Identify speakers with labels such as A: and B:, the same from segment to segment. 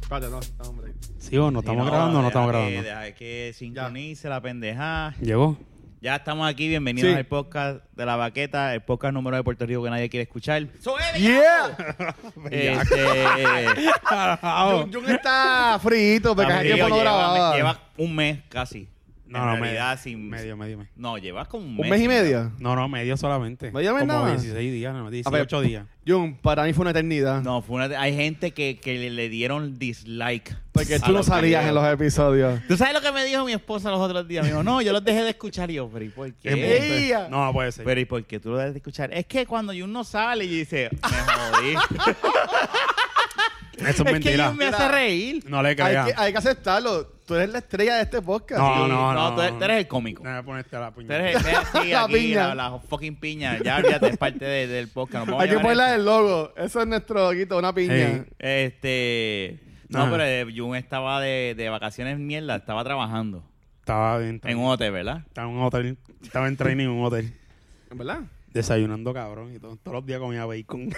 A: Espérate, no, no, hombre.
B: ¿Sí o no? ¿Estamos grabando o no estamos grabando?
C: Deja que sincronice la pendeja.
B: ¿Llegó?
C: Ya estamos aquí, bienvenidos
A: Sí.
C: al podcast de La Baqueta, el podcast número de Puerto Rico que nadie quiere escuchar.
A: eh, ¡Yeah!
C: Este,
B: Carajo.
A: Jun está frito, porque hace
C: Amigo,
A: tiempo no
C: lleva-
A: grababa.
C: Lleva un mes casi. en realidad,
B: medio,
C: sin-
B: medio, medio, medio.
C: No, llevas como un
A: ¿Un
C: mes.
A: mes y medio?
B: No, no, medio solamente.
A: ¿Medio mes
B: Como
A: nada Ah, más?
B: 16 días, no,
A: A ver.
B: 18 días.
A: Jun, para mí fue una eternidad.
C: No, fue una- hay gente que, que le, le dieron dislike.
A: Porque
C: a
A: tú no
C: los
A: salías
C: videos.
A: en los episodios.
C: ¿Tú sabes lo que me dijo mi esposa los otros días? Me dijo, no, yo los dejé de escuchar. Y yo, pero ¿y por qué? Este,
A: Ey,
B: Entonces,
A: ella.
B: No, no puede ser.
C: Pero ¿y por qué tú lo dejas de escuchar? Es que cuando Jun no sale y dice, me jodí.
B: Eso es
C: es que
B: mentira.
C: Jun me hace reír.
B: No le
A: Hay
B: creas.
A: que, hay que aceptarlo. Tú eres la estrella de este podcast.
B: No,
C: Sí,
B: no, no.
C: tú, eres- tú eres el cómico.
B: Déjame ponerte a la puñal.
C: Tú eres el sí,
A: La
C: aquí,
A: piña.
C: la, la fucking piña. Ya, ya es parte de- del podcast. No
A: Hay que ponerla el logo. Eso es nuestro loguito, una piña.
B: Ey.
C: Este. No,
B: Ajá.
C: pero eh, Jun estaba de, de vacaciones mierda, estaba trabajando
B: Estaba en,
C: en un hotel, ¿verdad?
B: estaba en un hotel. Estaba en training en un hotel.
A: ¿En ¿Verdad?
B: Desayunando cabrón y todo- todos los días comía bacon.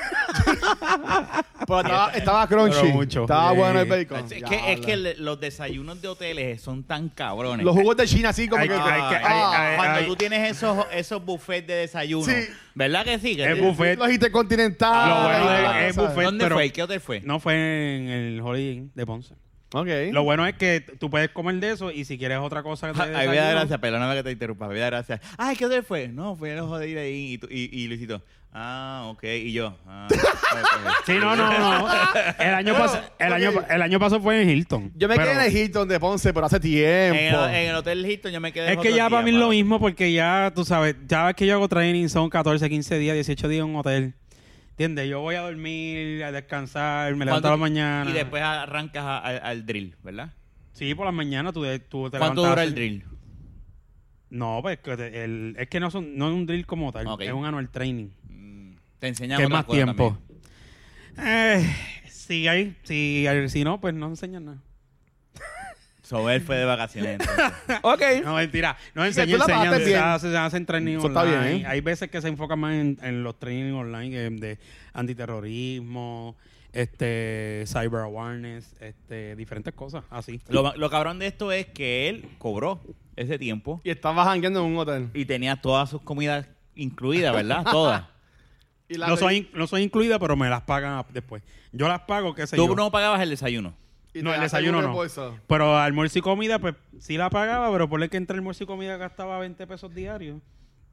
A: Pero estaba, estaba crunchy.
B: Pero mucho.
A: Estaba
B: Ey.
A: bueno el bacon.
C: Es que, es que le- los desayunos de hoteles son tan cabrones. eh,
A: Los jugos de China así como
B: Ay,
A: que...
B: ay, que- ay,
A: ah,
B: ay,
C: Cuando
B: ay.
C: tú tienes esos, esos buffets de desayuno,
A: Sí.
C: ¿verdad que sí? Que
B: Es
C: sí?
B: buffet.
A: Los intercontinentales.
C: Lo bueno
A: y
C: es-
A: todas
B: es
A: las cosas.
B: buffet,
C: ¿Dónde
B: pero-
C: fue? ¿Qué hotel fue?
B: No fue en el Holiday Inn de Ponce.
A: Ok.
B: Lo bueno es que tú puedes comer de eso y si quieres otra cosa de
C: Ay, me da
B: desayuno-
C: gracia, perdóname que te interrumpa, me da gracia. Ay, ¿qué hotel fue? No, fue el ojo de ir ahí y, tú- y, y Luisito. Ah, ok, y yo. Ah, ok.
B: Sí, no, no, no. El año,
A: Bueno,
B: pas- el
A: ok.
B: año, el año pasado fue en Hilton.
A: Yo me
B: Pero
A: quedé en el Hilton de Ponce, pero hace tiempo.
C: En el, en el hotel Hilton yo me quedé.
B: Es que
C: otro
B: ya para
C: día,
B: mí es lo
C: mano.
B: mismo porque ya, tú sabes, ya ves que yo hago training, son 14, 15 días, 18 días en un hotel. ¿Entiendes? Yo voy a dormir, a descansar, me levanto a la
C: ¿Cuándo-
B: mañana.
C: Y después arrancas a- al- al drill, ¿verdad?
B: Sí, por la mañana tú, de- tú te
C: ¿Cuánto
B: levantas a
C: dura el
B: hacer-
C: drill?
B: No, pues que te- el- es que no, son, no es un drill como tal,
C: Ok.
B: es un annual training.
C: Mm, Te enseñan
B: ¿Qué
C: otra
B: más
C: cosa
B: tiempo?
C: también.
B: Eh, si hay, si, hay- si no, pues no enseñan nada.
C: So, él fue de vacaciones. entonces.
A: Ok.
B: No, mentira. No
A: Dice,
B: enseñan,
A: tú la
B: enseñan.
A: pagaste bien.
B: Se hace- se hacen training
A: Eso está
B: online.
A: bien, ¿eh?
B: Hay veces que se enfocan más en, en los training online que de antiterrorismo, este, cyber awareness, este, diferentes cosas así.
C: lo, lo cabrón de esto es que él cobró ese tiempo
A: Y estabas jangueando en un hotel.
C: y tenía todas sus comidas incluidas, ¿verdad? Todas.
A: Y la-
B: No soy, in- no soy incluida, pero me las pagan a- después. Yo las pago, qué sé
C: Tú
B: yo.
C: no pagabas el desayuno.
A: y
B: no,
A: te
B: el
A: hacen
B: desayuno
A: un
B: no.
A: reembolso.
B: Pero almuerzo y comida, pues sí la pagaba, pero por el que entre almuerzo y comida gastaba 20 pesos diarios.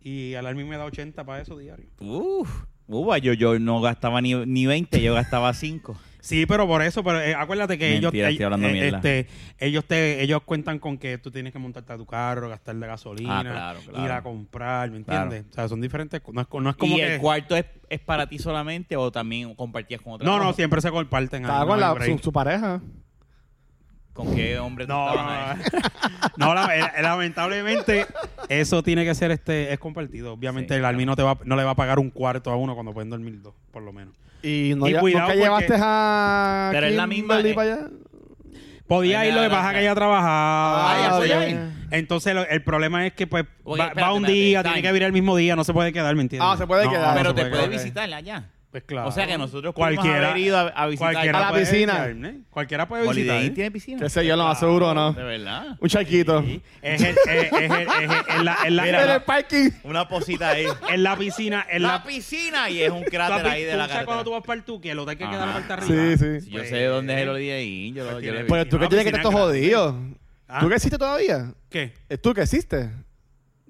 B: Y al mí me da 80 para eso diario.
C: Uf, uva, yo, yo no gastaba ni, ni 20, yo gastaba 5.
B: Sí, pero por eso, pero eh, acuérdate que ellos,
C: Mentira, estoy
B: eh,
C: hablando
B: eh,
C: mierda.
B: este, ellos te, ellos cuentan con que tú tienes que montarte a tu carro, gastar de gasolina,
C: Ah, claro, claro.
B: ir a comprar, ¿me
C: Claro.
B: entiendes? O sea, son diferentes, co- no es, co- no es como
C: ¿Y
B: que
C: el cuarto es, es para ti solamente o también compartías con otra
B: no,
C: persona?
B: no, siempre se comparten.
A: Estaba
B: ahí,
A: con
B: no hay
A: la- su,
B: break.
A: su pareja.
C: ¿Con qué hombre tú
B: No,
C: estabas
B: no,
C: ahí?
B: no, la- eh, lamentablemente eso tiene que ser este es compartido. Obviamente
C: Sí,
B: el Almi no te va no le va a pagar un cuarto a uno cuando pueden dormir dos, por lo menos.
A: Y no
B: Y
A: lle-
B: cuidado
A: nunca
B: porque-
A: llevaste a
C: Pero es la misma,
A: Kimberly
C: eh.
A: para allá.
B: Podía
C: Ay,
B: ir lo de
C: nada,
B: baja que
C: nada.
B: ella trabajaba.
C: Ah, ya
B: Ay,
C: podía
B: ok.
C: ir.
B: Entonces lo- el problema es que pues
C: Oye,
B: va,
C: espérate,
B: va un
C: espérate,
B: día,
C: time.
B: tiene que venir el mismo día, no se puede quedar, ¿me entiendes?
A: Ah, se puede
B: No,
A: quedar.
B: no
C: Pero
B: se
C: te
B: puede
C: puedes
B: quedar.
C: visitar allá.
B: Pues claro.
C: O sea que nosotros pudimos haber ido a, a visitar.
B: cualquiera
A: A la
B: puede
A: piscina.
B: visitar, ¿eh? Cualquiera puede
C: Holiday
B: visitar. ¿eh?
C: Inn tiene piscina.
A: Qué sé yo, lo más seguro, ¿no?
C: De verdad.
A: Un charquito.
B: Sí. Es el- es- es el- es el- en la- en la-
A: en el parking.
C: Una posita ahí.
B: en la piscina, en
C: la
B: la
C: piscina y es un cráter ahí de la
B: casa. cuando tú
C: carretera.
B: vas para el tuque, el hotel que queda en la
C: Ajá.
B: parte
A: Sí,
B: arriba.
A: sí.
C: Si Yo sé dónde
B: Pues,
C: es el Holiday Inn. Yo lo, yo lo he
A: Pero
C: visto.
A: tú que
B: Ah,
A: tienes que estar
B: piscina
A: todo
B: grande.
A: jodido.
B: Ah.
A: ¿Tú que existe todavía?
B: ¿Qué?
A: ¿Es ¿Tú que existe?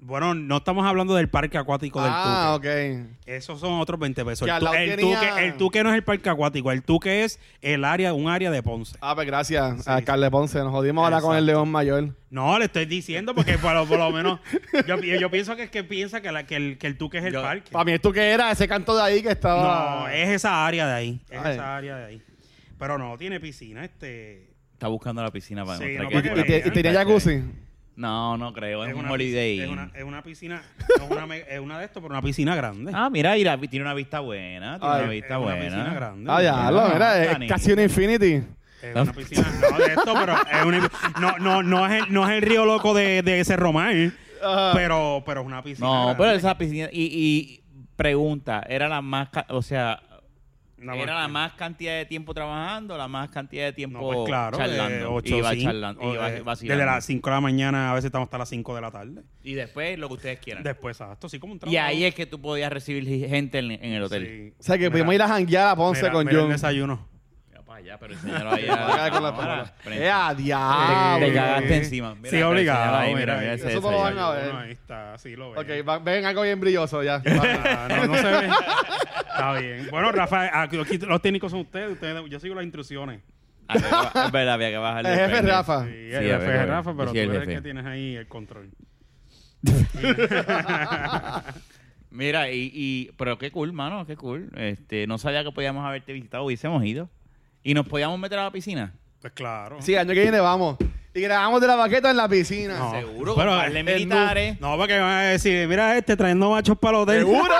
B: Bueno, no estamos hablando del parque acuático
A: Ah,
B: del tuque.
A: ok.
B: Esos son otros 20 pesos.
A: Que
B: El,
A: al
B: tu-
A: lado
B: el
A: tenía-
B: tuque, el tuque no es el parque acuático, el tuque es el área, un área de Ponce.
A: Ah, pues gracias a
B: Sí, sí.
A: Carle Ponce. Nos jodimos ahora con el León Mayor.
B: No, le estoy diciendo porque por lo, por lo menos yo, yo- yo pienso que es que piensa que, la- que el, que el tuque es el
C: Yo-
B: parque.
A: Para mí, ¿tú que era? Ese canto de ahí que estaba.
B: No, es esa área de ahí. Es
A: ah. Ay.
B: esa área de ahí. Pero no, tiene piscina, este.
C: Está buscando la piscina para
B: Sí,
C: demostrar
B: no,
C: que
A: Y,
C: es
B: porque-
C: por
A: y
C: ahí.
A: te- y tenía jacuzzi.
C: No, no creo. Es, un
B: piscina-
C: Holiday
B: Es
C: Inn.
B: una, es una piscina, es una, me- es una de estos, pero una piscina grande.
C: Ah, mira, mira, tiene una vista buena. Tiene
A: Ay,
C: una
B: es
C: vista
B: una
C: buena.
B: piscina grande.
A: Ah, ya, lo,
C: no,
A: mira,
C: está
A: es
C: ni-
A: casi un Infinity.
B: Es una piscina, no de esto, pero es una- no, no, no es el, no es el río loco de, de ese román,
A: Ah.
B: pero, pero es una piscina.
C: No, pero
B: grande.
C: esa piscina. Y, y pregunta, era la más. ca- O sea,
B: Nada
C: Era la
B: que-
C: más cantidad de tiempo trabajando, la más cantidad de tiempo
B: No, pues claro,
C: charlando.
B: eh, ocho,
C: iba
B: cinco,
C: charlando,
B: o,
C: iba
B: eh,
C: vacilando.
B: Desde las 5 de la mañana, a veces estamos hasta las 5 de la tarde.
C: Y después lo que ustedes quieran.
B: Después, exacto, sí, como un trabajo.
C: y ahí es que tú podías recibir gente en, en el hotel.
B: Sí.
A: O sea, que
B: Mira,
A: pudimos ir a janguear a Ponce
B: mira,
A: con
B: mira el
A: Jun.
B: desayuno.
C: Ya para allá, pero enséñalo ahí. a la
A: Acá con la
C: cámara,
A: cámara.
C: frente.
A: ¡Eh, a diablo!
C: te
B: sí.
C: cagaste encima. Mira,
B: Sí,
C: pero
B: obligado,
C: enséñalo ahí,
B: mira,
C: mira,
B: eso
C: ese
A: Ah, lo van
C: desayuno.
A: a ver.
B: Bueno, ahí está, sí lo veo.
A: Ok, va- ven algo bien brilloso ya.
B: Ah, no, no se ve. Está bien. Bueno, Rafa, aquí aquí los técnicos son ustedes. ustedes yo sigo las instrucciones.
C: Ah, pero Es verdad, había que
A: El
C: bajarle.
A: jefe es
C: frente.
A: Rafa.
B: Sí,
C: a
B: el
C: ver,
B: jefe
C: a
B: es
C: ver.
B: Rafa, pero
C: Sí,
B: tú
C: el
B: eres el
C: jefe.
B: que tienes ahí el control.
C: Mira, y, y- pero qué cool, mano, qué cool. Este, no sabía que podíamos haberte visitado, hubiésemos ido. Y nos podíamos meter a la piscina.
B: Pues claro.
A: Sí, el año que viene vamos. Y grabamos de la baqueta en la piscina.
B: No.
C: Seguro,
B: Bueno,
C: con par de
A: eh,
B: el
C: militares.
B: No, porque van a decir, mira este trayendo machos para los hotel.
A: ¿Seguro?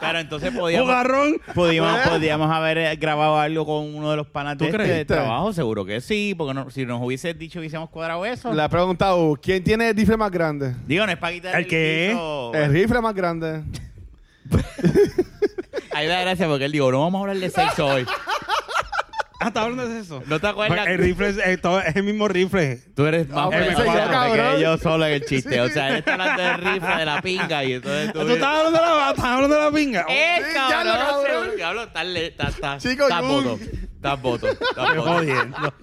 C: Pero entonces
B: Un
C: podíamos,
B: garrón.
C: podíamos,
A: ¿Eh?
C: podíamos haber eh, grabado algo con uno de los panas
A: ¿Tú
C: de, este
A: creíste?
C: de trabajo, seguro que sí, porque no- si nos hubieses dicho hubiésemos cuadrado eso.
A: Le he preguntado, ¿quién tiene el rifle más grande?
C: Digo, no es para quitar
B: ¿El qué?
C: piso.
B: eh.
A: El rifle más grande.
C: Ahí da gracia porque él dijo, no vamos a hablar de sexo hoy.
B: ¿Hasta hablando de eso?
C: ¿No te acuerdas?
B: El rifle es, eh, todo- es el mismo rifle.
C: Tú eres más
A: Ah,
B: pues,
C: pendejo
B: sí,
C: que
A: cabrón.
C: yo solo en el chiste. O sea, él está hablando de rifa, de la pinga y entonces tú...
B: ¿Tú estabas hablando de la, estabas hablando de la pinga?
C: ¡Eh,
A: Sí, ya
C: cabrón!
A: lo cabrón.
C: seguro que hablo, estás le- estás- estás-
A: Chico,
C: estás
A: Jung.
C: voto. Estás voto. Estás
B: Oh, Qué
C: voto.
B: jodiendo.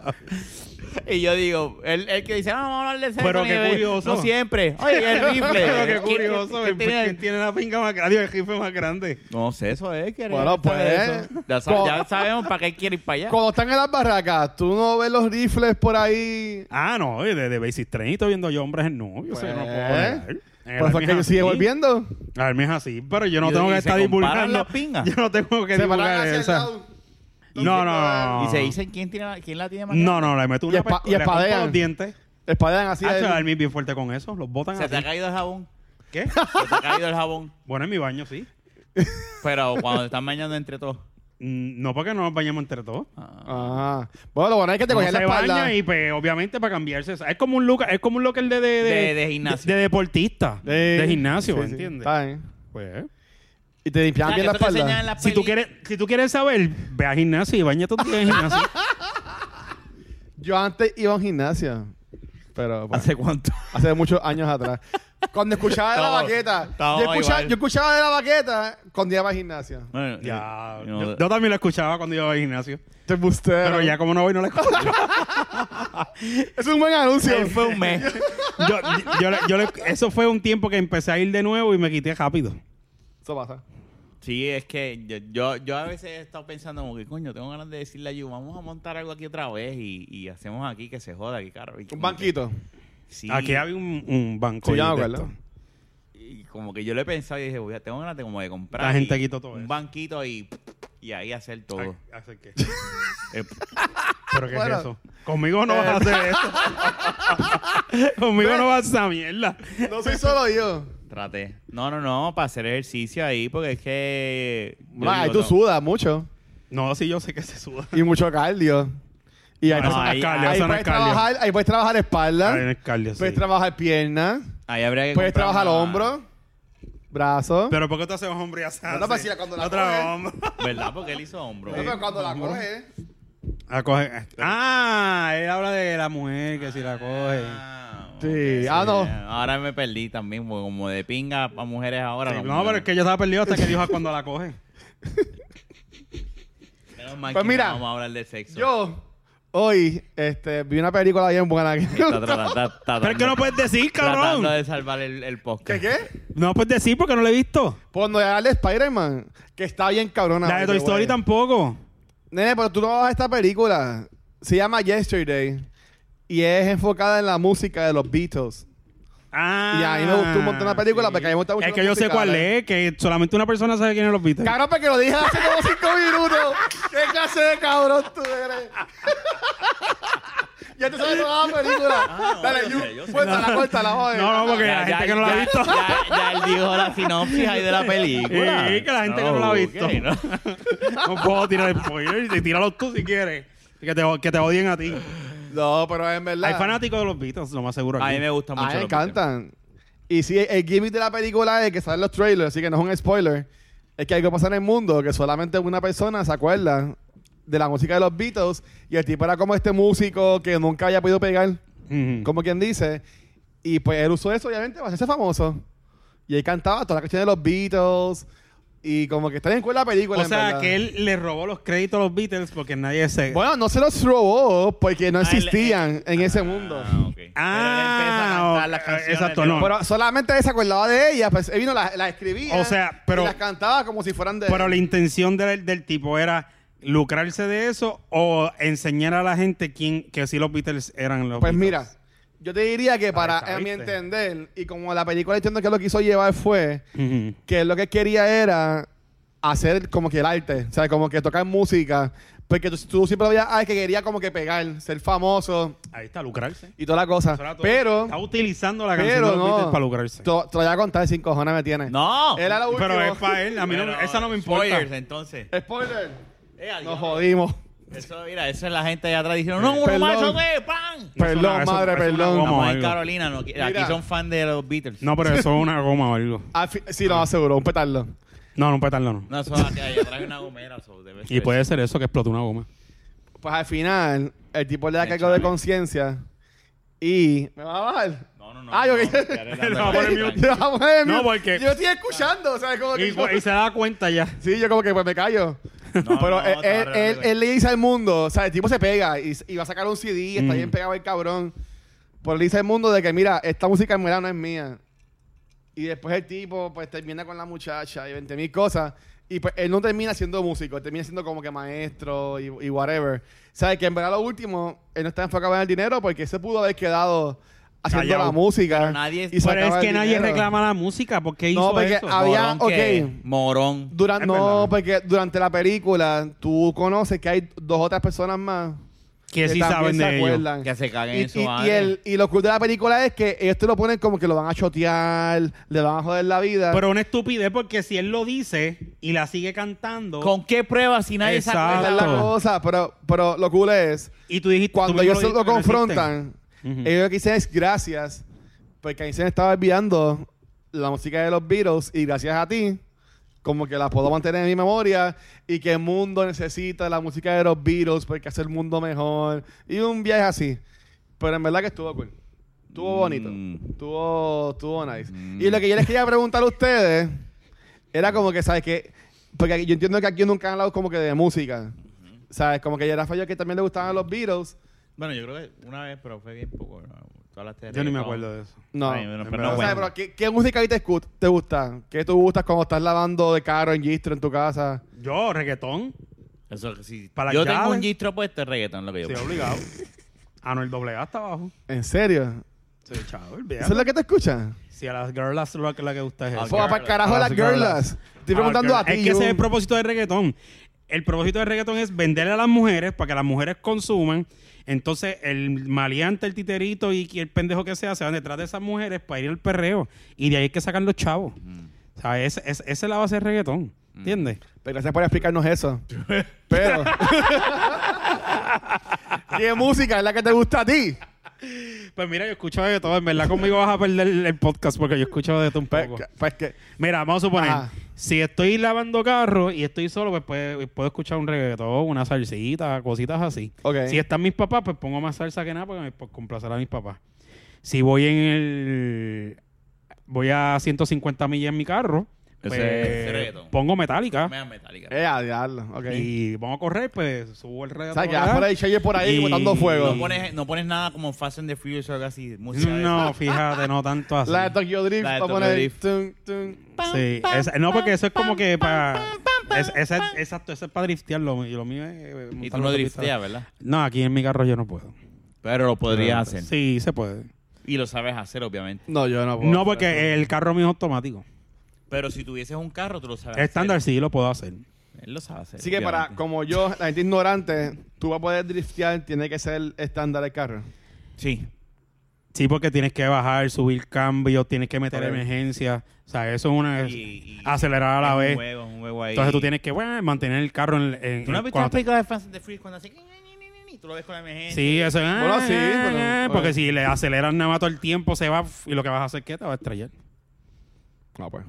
C: Y yo digo, el, el que dice, no, vamos a hablar de sexo.
B: Pero
C: ni
B: qué
C: de-
B: curioso.
C: No siempre. Oye, el rifle.
B: Pero qué
C: ¿Quién-
B: curioso.
C: quién-
B: ¿Quién,
C: quién tiene-
B: tiene la pinga más grande? Digo, El rifle más grande.
C: No sé, eso es. que
A: Bueno,
C: rifle
A: pues,
C: eso. Ya, sa-
A: co-
C: ya sabemos para qué quiere ir para allá.
A: Cuando están en las barracas, tú no ves los rifles por ahí.
B: Ah, no, oye, de, de Basic Train estoy viendo yo hombres en nubes. Yo sé que no puedo negar. En el
A: Por eso es
B: Army es
A: que sigue
B: así.
A: volviendo.
B: A ver, mi es así, pero yo no
C: Y-
B: tengo
C: y
B: que
C: se
B: estar
C: comparan
B: divulgando.
C: las pingas.
B: Yo no tengo que
A: Se paran
B: divulgar
A: hacia el
B: esa.
A: lado.
B: No, no, no,
C: Y se dicen quién, tiene la- quién la tiene más
B: Ah. No,
C: grande.
B: no, le meto
A: Y
B: una
A: espa-
B: pesco-
A: y
B: le rompo
A: espadean.
B: los dientes.
A: Espadean así.
B: Ah,
A: a él.
B: el Army es bien fuerte con eso. Los botan
C: Se te ha
B: así.
C: caído el jabón.
B: ¿Qué?
C: Se te ha caído el jabón.
B: Bueno, en mi baño sí.
C: Pero cuando te están bañando entre todos.
B: Mm, No porque no nos bañamos entre todos.
C: Ah.
A: Ajá. Bueno, lo bueno es que te
B: Uno
A: cogían la
B: se
A: espalda.
B: baña y pues, obviamente para cambiarse. Es como un look, es como un locker de, de,
C: De- de gimnasio.
B: De, de deportista. De,
A: Eh,
B: gimnasio,
A: sí, sí.
B: ¿entiendes?
A: Está bien.
B: Pues,
A: Y te
C: O
A: limpiaban
C: sea,
A: bien
C: que
A: la
C: eso te enseñan en
A: espalda.
C: las
B: si tú
C: pelis-
B: quieres, si tú quieres saber, ve a gimnasio y baña todo el día en gimnasio.
A: Yo antes iba a un gimnasio. Pero bueno, hace,
C: ¿Hace cuánto?
A: muchos años atrás. Cuando escuchaba de la
C: Estamos-
A: baqueta.
C: estamos
A: Yo escuchaba,
C: igual.
A: yo escuchaba de la baqueta cuando iba al gimnasio.
C: Bueno,
B: ya.
C: eh, no,
B: Yo, yo también lo escuchaba cuando iba al gimnasio.
A: Te bustero.
B: Pero ya como no voy, no lo escucho.
A: Es un buen anuncio.
C: él fue un mes.
B: yo, yo le- yo le- eso fue un tiempo que empecé a ir de nuevo y me quité rápido.
A: Eso pasa.
C: Sí, es que yo, yo, yo a veces he estado pensando como que coño, tengo ganas de decirle a Yu, vamos a montar algo aquí otra vez y, y hacemos aquí que se joda, que caro. Y
A: Un
C: como
A: banquito.
C: que- sí,
B: Aquí había un, un banco.
A: Sí, ya me
B: de
A: acuerdo.
B: esto.
C: Y como que yo le he pensado y dije, voy a, tengo ganas de como de comprar.
B: La gente
C: y-
B: quitó todo
C: Un
B: eso.
C: banquito y, y ahí hacer todo.
B: Ay, ¿hacer qué?
C: Eh,
B: ¿Pero qué
A: Bueno.
B: es eso? Conmigo no vas a hacer eso. Conmigo no vas a esa mierda.
A: No soy solo yo.
C: traté. No, no, no, para hacer ejercicio ahí porque es que... yo
A: No, ahí
C: digo,
A: tú
C: no.
A: sudas mucho.
B: No, sí, yo sé que se suda.
A: Y mucho cardio. Y ahí,
B: No,
A: tú-
B: eso no es
C: ahí-
B: cardio,
A: ahí
B: eso no
A: puedes
B: es cardio.
A: trabajar, ahí puedes trabajar espalda.
B: Ahí no es cardio, sí.
A: puedes trabajar pierna.
C: Ahí habría que
A: Puedes
C: comprar
A: trabajar
C: una-
A: hombro. Brazo.
B: Pero ¿por qué tú haces hombre asado?
A: No, no, pero si la- cuando la
B: Otra
A: coges.
B: hombre.
C: ¿Verdad? Porque él hizo hombro.
A: No, pero cuando la
B: hombro.
A: coges.
B: La coge. este. Ah, él habla de la mujer que si la coge.
C: Ah,
A: Sí,
C: ok,
A: ah, no.
C: Ahora me perdí también, porque como de pinga para mujeres ahora.
B: Sí, no, pero es que yo estaba perdido hasta que dijo cuando la coge.
C: Menos mal
A: Pues
C: que
A: mira,
C: no vamos a hablar de sexo.
A: Yo hoy este, vi una película bien buena. que-
C: Está tra- está-
B: Pero
C: está
B: es que
C: tratando-
B: no puedes decir, cabrón.
C: Tratando de salvar el, el
A: ¿Qué
C: podcast.
A: qué?
B: No puedes decir porque no la he visto.
A: Por no darle Spider-Man. Que está bien cabrona.
B: la de Toy
A: güey.
B: Story tampoco.
A: Nene, pero tú no vas a esta película. Se llama Yesterday. Y es enfocada en la música de los Beatles.
B: Ah,
A: Y a mí me gustó un montón la película porque a mí me gusta mucho
B: Es que
A: los
B: yo sé
A: musicales.
B: cuál es, que solamente una persona sabe quién es los Beatles.
A: Cabrón, porque lo dije hace como cinco minutos. ¿Qué clase de cabrón tú eres? ya te sabes toda la película.
B: Ah,
C: no,
A: Dale,
C: yo sé, yo
A: Yu,
C: sé.
A: cuéntala, cuéntala, joder.
B: No, no, porque la gente que no la ha visto.
C: Ya, ya él dijo la sinopsis ahí de la película.
B: Sí, que la gente que no la ha visto.
C: ok, no.
B: No puedo tirar el spoiler. y Tíralos tú si quieres. Y Que te, que te odien a ti.
A: No, pero en verdad. Ah,
B: Hay fanáticos de los Beatles, lo más seguro.
C: A
B: aquí.
C: mí me gusta mucho.
A: A mí me
C: los
A: encantan. Y sí, el gimmick de la película es que salen los trailers, así que no es un spoiler. es que algo pasa en el mundo que solamente una persona se acuerda de la música de los Beatles y el tipo era como este músico que nunca había podido pegar,
B: Ujú.
A: como quien dice. Y pues él usó eso, obviamente, para hacerse famoso. Y él cantaba todas las canciones de los Beatles y como que está bien cool la película.
B: O
A: en
B: sea,
A: verdad.
B: que él le robó los créditos a los Beatles porque nadie se...
A: Bueno, no se los robó porque no
C: Ah, él-
A: existían en ese mundo.
C: Ah, ok. Pero él
B: Ah,
C: empieza a cantar las
B: ok,
C: canciones
B: exacto,
C: de
B: no.
C: los-
A: Pero solamente él se acordaba de ella, pues él vino, las la escribía.
B: O sea, pero-
A: y las cantaba como si fueran de.
B: Pero la intención del, del tipo era lucrarse de eso o enseñar a la gente quién que si los Beatles eran los
A: Pues
B: Beatles.
A: mira, yo te diría que para
B: está,
A: a mi
B: ¿viste?
A: entender, y como la película entiendo que lo quiso llevar fue
B: Ujú.
A: que lo que quería era hacer como que el arte, o sea, como que tocar música, porque tú, tú siempre veías, ah, es que quería como que pegar, ser famoso
B: Ahí está, lucrarse.
A: y toda la cosa.
B: Eso era todo.
A: Ah, Pero,
B: Está utilizando la canción
A: pero
B: de los Beatles
A: no.
B: para lucrarse.
A: Te te lo voy a contar sin cojones me tienes.
C: No.
A: Era la última.
B: Pero es para él. A mí no-
C: Bueno,
B: esa no me importa.
C: spoilers, eh. entonces.
A: Spoiler.
C: Eh, adiós.
A: Nos jodimos.
C: Eso, mira, eso es la gente allá atrás diciendo, no, uno
A: Perdón.
C: más, yo qué, pan.
B: No,
A: Perdón,
B: eso no, eso-
A: madre,
B: eso no
A: perdón.
B: vamos.
C: Estamos en
B: algo.
C: Carolina, no, aquí
A: Mira.
C: son fan de los Beatles.
B: No, pero eso es una goma o algo.
A: Al fi- sí, lo aseguró, un petardo.
B: No, no, petarlo no.
C: No, eso es allá atrás hay una gomera. so, debe
B: Y
C: ser
B: puede ser eso que explotó una goma.
A: Pues al final, el tipo le da
C: El
A: cargo de
C: chale.
A: conciencia y... ¿Me vas a bajar?
C: eso. No, no, no.
A: Ah, yo
C: no,
A: que-
C: ya le dan
B: No,
C: la
B: por el
C: vuelta.
B: mute.
A: Yo, ah, bueno,
B: No, porque-
A: Yo estoy escuchando, o sea, como que...
B: Y, cu- y
C: pues,
B: se da cuenta ya.
A: Sí, yo como que pues me callo.
C: No,
A: Pero
C: no,
A: él, él,
C: está
A: él-
C: arreglando.
A: él le dice al mundo, o sea, el tipo se pega y, y va a sacar un CD, está
B: Mm.
A: bien pegado el cabrón. Pero le dice al mundo de que, mira, esta música en verdad no es mía. Y después el tipo, pues termina con la muchacha y 20 mil cosas. Y pues él no termina siendo músico, él termina siendo como que maestro y, y whatever. ¿Sabes? Que en verdad lo último, él no está enfocado en el dinero porque se pudo haber quedado haciendo
B: Callao.
A: la música.
C: Pero nadie-
A: y
B: Pero es
A: sacaba el
B: que nadie
A: dinero.
B: reclama la música porque hizo
A: No, porque
B: eso.
A: había-
C: Morón que-
A: ok.
C: Morón.
A: Durante,
B: Es
A: no,
B: verdad.
A: porque durante la película tú conoces que hay dos otras personas más
B: que sí
A: también
B: saben
A: se
B: de ello.
A: acuerdan.
C: Que se caguen
A: y,
C: en su
A: y- y
C: madre.
A: el- y lo cool de la película es que ellos te lo ponen como que lo van a chotear, le van a joder la vida.
B: Pero una estupidez porque si él lo dice y la sigue cantando
C: ¿Con qué prueba si nadie
B: Exacto.
C: sabe?
A: Esa es la
B: Exacto.
A: cosa, pero, pero lo cool es
B: y tú dijiste tú
A: cuando
B: mismo
A: ellos se lo
B: dijiste que no existen.
A: confrontan,
B: Ujú.
A: ellos lo que dicen es gracias, porque a mí se me estaba olvidando la música de los Beatles y gracias a ti, como que la puedo mantener en mi memoria y que el mundo necesita la música de los Beatles porque hace el mundo mejor y un viaje así. Pero en verdad que estuvo cool. Estuvo bonito.
C: Mm.
A: Estuvo, estuvo nice.
C: Mm.
A: Y lo que yo les quería preguntar a ustedes era como que, ¿sabes qué? Porque aquí- yo entiendo que aquí nunca han hablado como que de música. ¿Sabes? Como que ya era fallo que también le gustaban los Beatles.
C: Bueno, yo creo que una vez, pero fue bien poco. ¿no? Tú hablaste de
B: Yo ni me
C: reggaetón.
B: acuerdo de eso.
A: No.
C: Ay, bueno,
A: En
C: pero
A: verdad.
C: no,
A: O sea,
C: bueno.
A: pero ¿qué, qué música a ti te, escu- te gusta? ¿Qué tú gustas cuando estás lavando de carro en Gistro en tu casa?
B: Yo, reggaetón.
C: Eso, que si
B: Para
C: yo
B: las
C: tengo
B: llaves.
C: un gistro puesto de reggaetón, lo que yo
B: Sí,
C: pongo.
B: obligado. Ah, no, el doble A está abajo.
A: ¿En serio?
B: Sí, chavo,
A: ¿Eso es lo que te escuchas?
B: Si a las girlas lo que, la que gusta es
C: Ah,
B: eso.
C: ok.
A: Pues para el carajo
B: A
A: las
B: las
A: girlas.
B: girlas.
A: Estoy preguntando a ti.
B: Ah, Es que ese es el
A: Jun.
B: propósito del reggaetón. El propósito del reggaetón es venderle a las mujeres para que las mujeres consuman. Entonces, el maleante, el titerito y el pendejo que sea se van detrás de esas mujeres para ir al perreo. Y de ahí es que sacan los chavos. O sea, es- es- esa es la base del reggaetón.
A: Mm.
B: ¿Entiendes?
A: Pero gracias por explicarnos eso. Pero. ¿Qué música es la que te gusta a ti?
B: Pues mira, yo escucho de todo. En verdad, conmigo vas a perder el podcast porque yo escucho de todo un
A: Pues,
B: poco.
A: que- pues que.
B: Mira, vamos a suponer,
A: Ajá.
B: si estoy lavando carro y estoy solo, pues puede- puedo escuchar un reggaetón, una salsita, cositas así.
A: Ok.
B: Si están mis papás, pues pongo más salsa que nada porque me- por complacer a mis papás. Si voy en el... Voy a 150 millas en mi carro,
C: Ese-
B: pues
C: ese reggaetón.
B: pongo metálica
C: Me da metálica.
A: Eh, a diablo. Ok.
B: y vamos a correr, pues subo el
A: o
B: reggaetón.
A: sea, que vas
B: acá.
A: por ahí, Cheyenne por ahí
B: Y-
A: botando fuego.
C: ¿Ah? No pones, no pones nada como Fast and the Furious o algo así. Música de
B: No, fíjate, no tanto así.
A: La de Tokyo Drift,
C: La de
A: va a
C: Tokyo
A: poner.
C: Drift.
A: tum, tum.
B: Sí, esa- no, porque eso es como que para... es- esa- exacto, eso es para driftearlo. Y lo mío es... eh,
C: esa.
B: montar la
C: Y tú no
B: autopista.
C: drifteas, ¿verdad?
B: No, aquí en mi carro yo no puedo.
C: Pero lo podrías hacer.
B: Ah, Sí, se puede.
C: Y lo sabes hacer, obviamente.
A: No, yo no puedo.
B: No, porque el carro mío es automático.
C: Pero si tuvieses un carro, tú lo sabes
B: Estándar
C: hacer.
B: sí lo puedo hacer.
C: Él lo sabe hacer.
A: Así que para,
C: obviamente.
A: como yo, la gente ignorante, tú vas a poder driftear, tiene que ser el estándar del carro.
C: Sí.
B: Sí, porque tienes que bajar, subir cambios, tienes que meter
A: Ok.
B: emergencia. O sea, eso es una...
C: Y- y-
B: acelerar a la vez.
C: es Un juego, es un juego ahí.
B: Entonces tú tienes que, bueno, mantener el carro en... en-
C: ¿Tú no has
B: Eh, cuando
C: visto las
B: te-
C: películas de Fast and the Furious cuando hace... Y tú lo ves con la emergencia.
B: Sí, eso es... eh,
A: Bueno, sí, pero-
C: pues.
B: porque si le aceleras nada más todo el tiempo, se va... Y lo que vas a hacer es que te va a estrellar.
A: No, Ah, pues.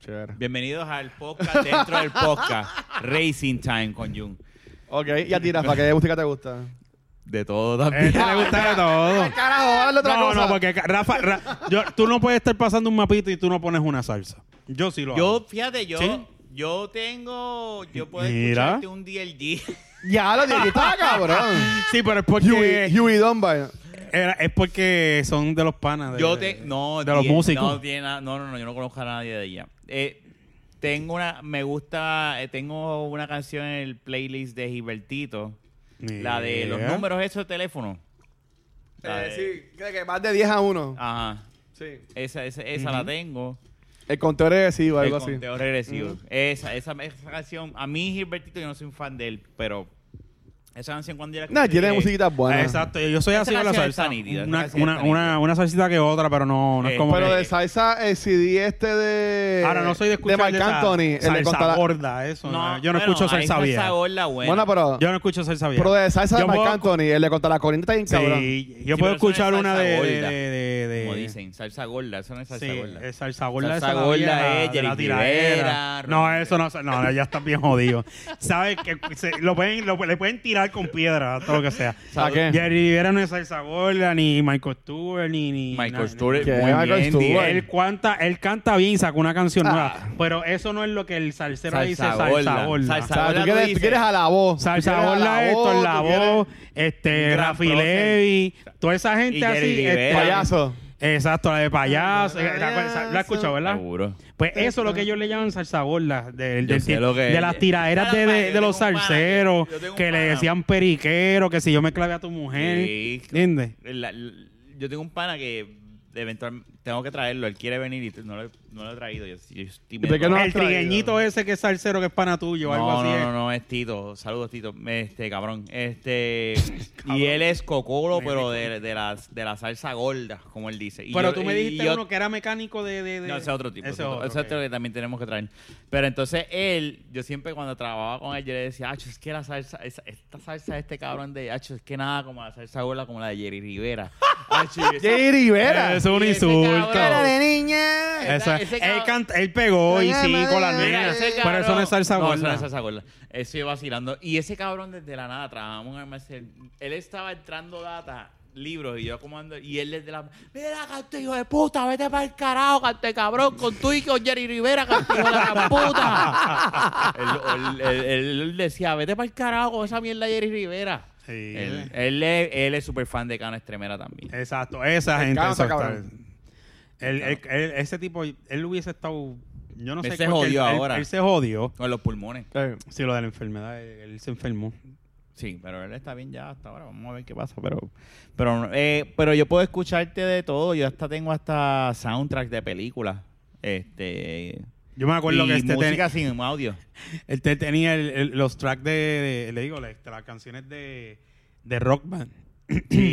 A: Chévere.
C: Bienvenidos al podcast dentro del podcast Racing Time con Jun.
A: Ok, y a ti, Rafa, ¿qué música te gusta?
C: De todo
B: Este
C: también.
B: le gusta de todo.
A: ¡Ay, carajo! Hazle otra
B: No,
A: cosa.
B: no, porque Rafa, Ra- yo- tú no puedes estar pasando un mapito y tú no pones una salsa. Yo sí lo
C: Yo,
B: hago.
C: fíjate, yo,
B: ¿Sí?
C: yo tengo, yo puedo
B: Mira.
C: escucharte un DLG.
A: Ya lo dije, está cabrón.
B: Sí, pero es porque,
A: Huey, Huey Dunbar. Eh,
B: era- es porque son de los panas. de-
C: Yo te, no,
B: de los
C: tiene-
B: músicos.
C: No, tiene nada- no, no, no, yo no conozco a nadie de ella. Eh, tengo una, me gusta, eh, tengo una canción en el playlist de Gilbertito, la de los
B: Mira.
C: números esos de teléfono. La
A: Eh,
C: de-
A: sí, creo que más de 10 a 1.
B: Ah.
C: Ajá.
A: Sí.
C: Esa, esa, esa la tengo.
A: El conteo regresivo, algo
C: el
A: así.
C: conteo regresivo. Esa, esa, esa canción, a mí Gilbertito, yo no soy un fan de él, pero esa canción cuando yo la
A: No,
C: escuché,
A: tiene
C: dije,
A: musiquita buena.
B: Ah, Exacto, yo soy
C: Esa
B: así con la
C: canción
B: salsa.
C: está nítida, esa
B: una,
C: canción
B: una-
C: está nítida.
B: una- una salsita que otra, pero no, no es
C: Eh,
B: como.
A: Pero
B: que-
A: de salsa, el CD este de.
B: ahora no soy de escuchar.
A: De Marc
B: esa
A: Anthony. el de
B: Salsa
A: Contra la-
B: gorda, eso. no, yo no
C: bueno,
B: escucho
C: hay
B: salsa vieja.
C: gorda buena.
A: Bueno, pero.
B: Yo no escucho salsa vieja.
A: Pero de salsa de
B: Yo
A: Marc
B: puedo-
A: Anthony, el de Contra la Corriente está bien cabrón.
B: Sí, yo
C: Sí,
B: puedo
C: pero eso no es
B: escuchar una
C: salsa
B: de. de,
C: gorda,
B: de- de-
C: Como dicen, salsa gorda, eso no es salsa
B: sí,
C: gorda.
B: es salsa gorda.
C: Salsa
B: esa la
C: gorda
B: vieja,
C: es
B: de la
C: Jerry
B: tiradera.
C: Rivera,
B: No,
C: Ron-
B: eso no. No, ya está bien jodido. ¿Sabes? Que se- lo pueden, lo- le pueden tirar con piedra, todo lo que sea.
A: ¿Para qué?
B: Jerry Rivera no es salsa gorda, ni Michael Stewart, ni. ni na-
C: Michael Stewart,
A: ¿Qué?
C: muy
A: Michael
C: bien,
A: Stewart.
C: Diego.
B: Él, cuanta, él canta bien y sacó una canción
A: Ah.
B: nueva. Pero eso no es lo que el salsero
C: Salsa
B: dice
C: gorda,
B: salsa gorda.
A: O
C: salsa-
A: sea, tú quieres,
C: Ahora tú
A: tú quieres
C: dices-
A: a la voz.
B: Salsa gorda,
A: esto
B: Héctor la voz, este,
C: Gran
B: Rafi
C: prócer.
B: Levy, toda esa gente
C: Y Jerry
B: así. este,
C: Rivera.
A: Payaso.
B: Exacto, la de payaso. eh, ¿te acuerdas?
A: Payaso.
B: La has escuchado, ¿verdad?
C: Seguro.
B: Pues eso es lo que ellos le llaman salsa gorda. De,
C: Yo
B: de-
C: sé lo que
B: de
C: es.
B: las tiraderas de, de- de
C: Yo
B: los
C: tengo un pana,
B: salseros
C: yo tengo un
B: que le
C: pana.
B: decían periquero, que si yo me clavé a tu mujer.
C: Sí.
B: Eh, ¿Entiendes?
C: La- la- yo tengo un pana que eventualmente tengo que traerlo, él quiere venir y no lo, no lo he traído. Yo, yo estoy
A: por qué
C: medio-
A: no has
B: el
A: traído?
B: trigueñito ese que es salsero que es pana tuyo, algo
C: no,
B: así. eh.
C: no,
B: es.
C: no, no, es Tito. Saludos, Tito. Este, cabrón. Este. Y él es cocolo, pero de, de, las, de la salsa gorda, como él dice. Y
B: Pero
C: yo-
B: tú me
C: y
B: dijiste
C: yo-
B: uno que era mecánico de. de, de-
C: No, ese es otro tipo.
B: Ese
C: Ese otro,
B: otro,
C: ese otro
B: ok.
C: que también tenemos que traer. Pero entonces él, yo siempre cuando trabajaba con él, yo le decía, "Acho, es que la salsa, esa- esta salsa de este cabrón de Acho, es que nada como la salsa gorda, como la de Jerry Rivera. Acho, y esa-
A: Jerry Rivera.
B: Eso es un
C: Y ese
B: insulto.
C: cabrón- Cara de
A: niña.
B: Eso es-
C: Ese
B: él,
C: cabrón-
B: canta- él pegó y
A: Mira,
B: sí con las
A: mira,
B: nenas. Ah,
C: ese
B: Pero eso no es salsa
C: No, eso no
B: gorda.
C: es salsa gorda. Estoy vacilando. Y ese cabrón desde la nada, trabajamos en el almacén. Él estaba entrando data, libros, y yo como ando, y él desde la... Mira, canto hijo de puta, vete para el carajo, canto cabrón, con tú y con Jerry Rivera, canto hijo de la gran puta. él, él- él- él decía, vete para el carajo con esa mierda de Jerry Rivera.
B: Sí. Eh.
C: Él, él es- él es súper fan de Cano Estremera también.
B: Exacto, esa gente.
A: canta,
B: exacto.
A: cabrón.
B: Él- él- él- ese tipo, él hubiese estado. Yo no
C: Él
B: sé
C: se
B: cuál-
C: jodió
B: él-
C: ahora.
B: Él, él se jodió.
C: Con los pulmones.
B: Sí, lo de la enfermedad, él, él se enfermó.
C: Sí, pero él está bien ya hasta ahora. Vamos a ver qué pasa. Pero, pero, eh, pero yo puedo escucharte de todo. Yo hasta tengo hasta soundtrack de películas. Este.
B: Yo me acuerdo
C: y
B: que este tenía,
C: música sin audio.
B: este tenía el- el- los tracks de, de- le digo, las, las canciones de, de Rock Band.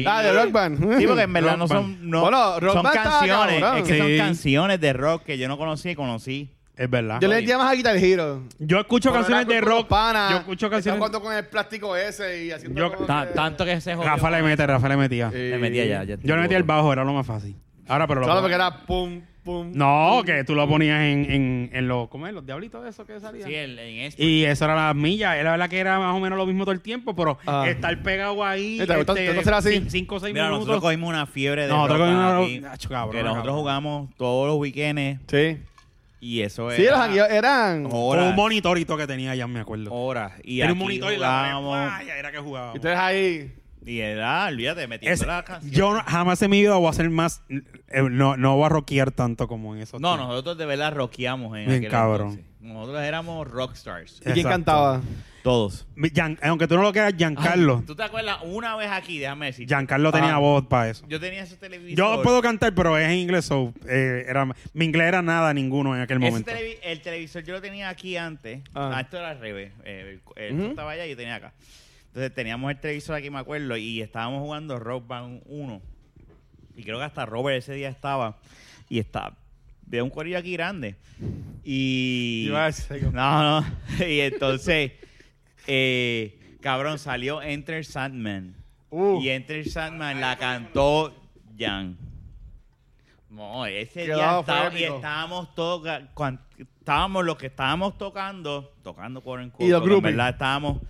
A: Ah, de Rock Band.
C: Sí, porque en verdad
B: Rock
C: no son. No,
A: Bueno, Rock
C: son
A: Band está
C: canciones.
A: cabrón.
C: Es que
B: Sí.
C: son canciones de rock que yo no conocía y conocí.
B: Es verdad.
A: Yo
B: Yo,
A: le llamo a Guitar Hero.
B: escucho
A: Cuando era
B: canciones de
A: con los
B: rock.
A: panas,
B: yo escucho
A: estaba
B: canciones.
A: jugando con el plástico ese y haciendo.
B: Yo-
A: como
C: Ta-
A: que-
C: tanto que se jodió.
B: Rafa le mete, Rafa le metía.
A: Sí.
C: Le metía ya. ya
B: Yo le metía el bajo, era lo más fácil. Ahora, pero lo
A: Solo
B: puedo-
A: porque era pum, pum.
B: No, que tú lo ponías en, en, en los, ¿cómo es? Los diablitos de esos que salían.
C: Sí, el- en este.
B: Y eso era las millas. La verdad que era más o menos lo mismo todo el tiempo, pero
A: Ah.
B: estar pegado ahí.
A: ¿Te gusta- te gusta hacer así?
B: cin- Cinco o seis
C: Mira,
B: minutos.
C: nosotros cogimos una fiebre de.
B: No, nosotros
C: rock
B: cogimos una-
C: aquí,
B: Nacho, cabrón,
C: Que nosotros
B: cabrón.
C: jugamos todos los weekends.
A: Sí.
C: Y eso es.
A: Sí, los jangueos eran.
B: Con
C: Horas.
B: un monitorito que tenía ya, me acuerdo.
C: horas. Y
B: Era
C: aquí
B: un monitor y la
C: jugábamos.
B: pared, ¡guau! era que jugábamos.
A: Y ustedes ahí.
C: Y era, olvídate, metiendo
B: Ese-
C: la canción.
B: yo no- jamás en mi vida voy a ser más. eh, no, no voy a rockear tanto como en esos
C: No,
B: tiempos.
C: nosotros de verdad rockeamos en
B: Bien
C: aquel
B: cabrón.
C: entonces. Nosotros éramos rockstars.
A: ¿Y quién
B: Exacto.
A: cantaba?
C: Todos.
B: Mi- Gian- eh, aunque tú no lo creas, Giancarlo.
C: ¿Tú te acuerdas una vez aquí? Déjame decir.
B: Giancarlo tenía
A: Ah.
B: voz para eso.
C: Yo tenía ese televisor.
B: Yo puedo cantar, pero es en inglés. so, eh, era, mi inglés era nada, ninguno en aquel
C: Ese
B: momento.
C: televi- el televisor yo lo tenía aquí antes.
A: Ah.
C: Ah, esto era al revés. Eh, el- el-
A: Ujú.
C: esto estaba allá y yo tenía acá. Entonces teníamos el televisor aquí, me acuerdo, y estábamos jugando Rock Band 1. Y creo que hasta Robert ese día estaba. Y estaba. De un corillo aquí grande. Y.
A: Iba a decir algo.
C: No, no. Y entonces. eh, cabrón, salió Enter Sandman.
A: Uh.
C: Y Enter Sandman la cantó Jan. No, ese día
A: Quedado
C: estaba- y
A: frenético.
C: estábamos todos, ga- cuan- estábamos los que estábamos tocando, tocando por en
A: Y los
C: porque en
A: groupies.
C: verdad estábamos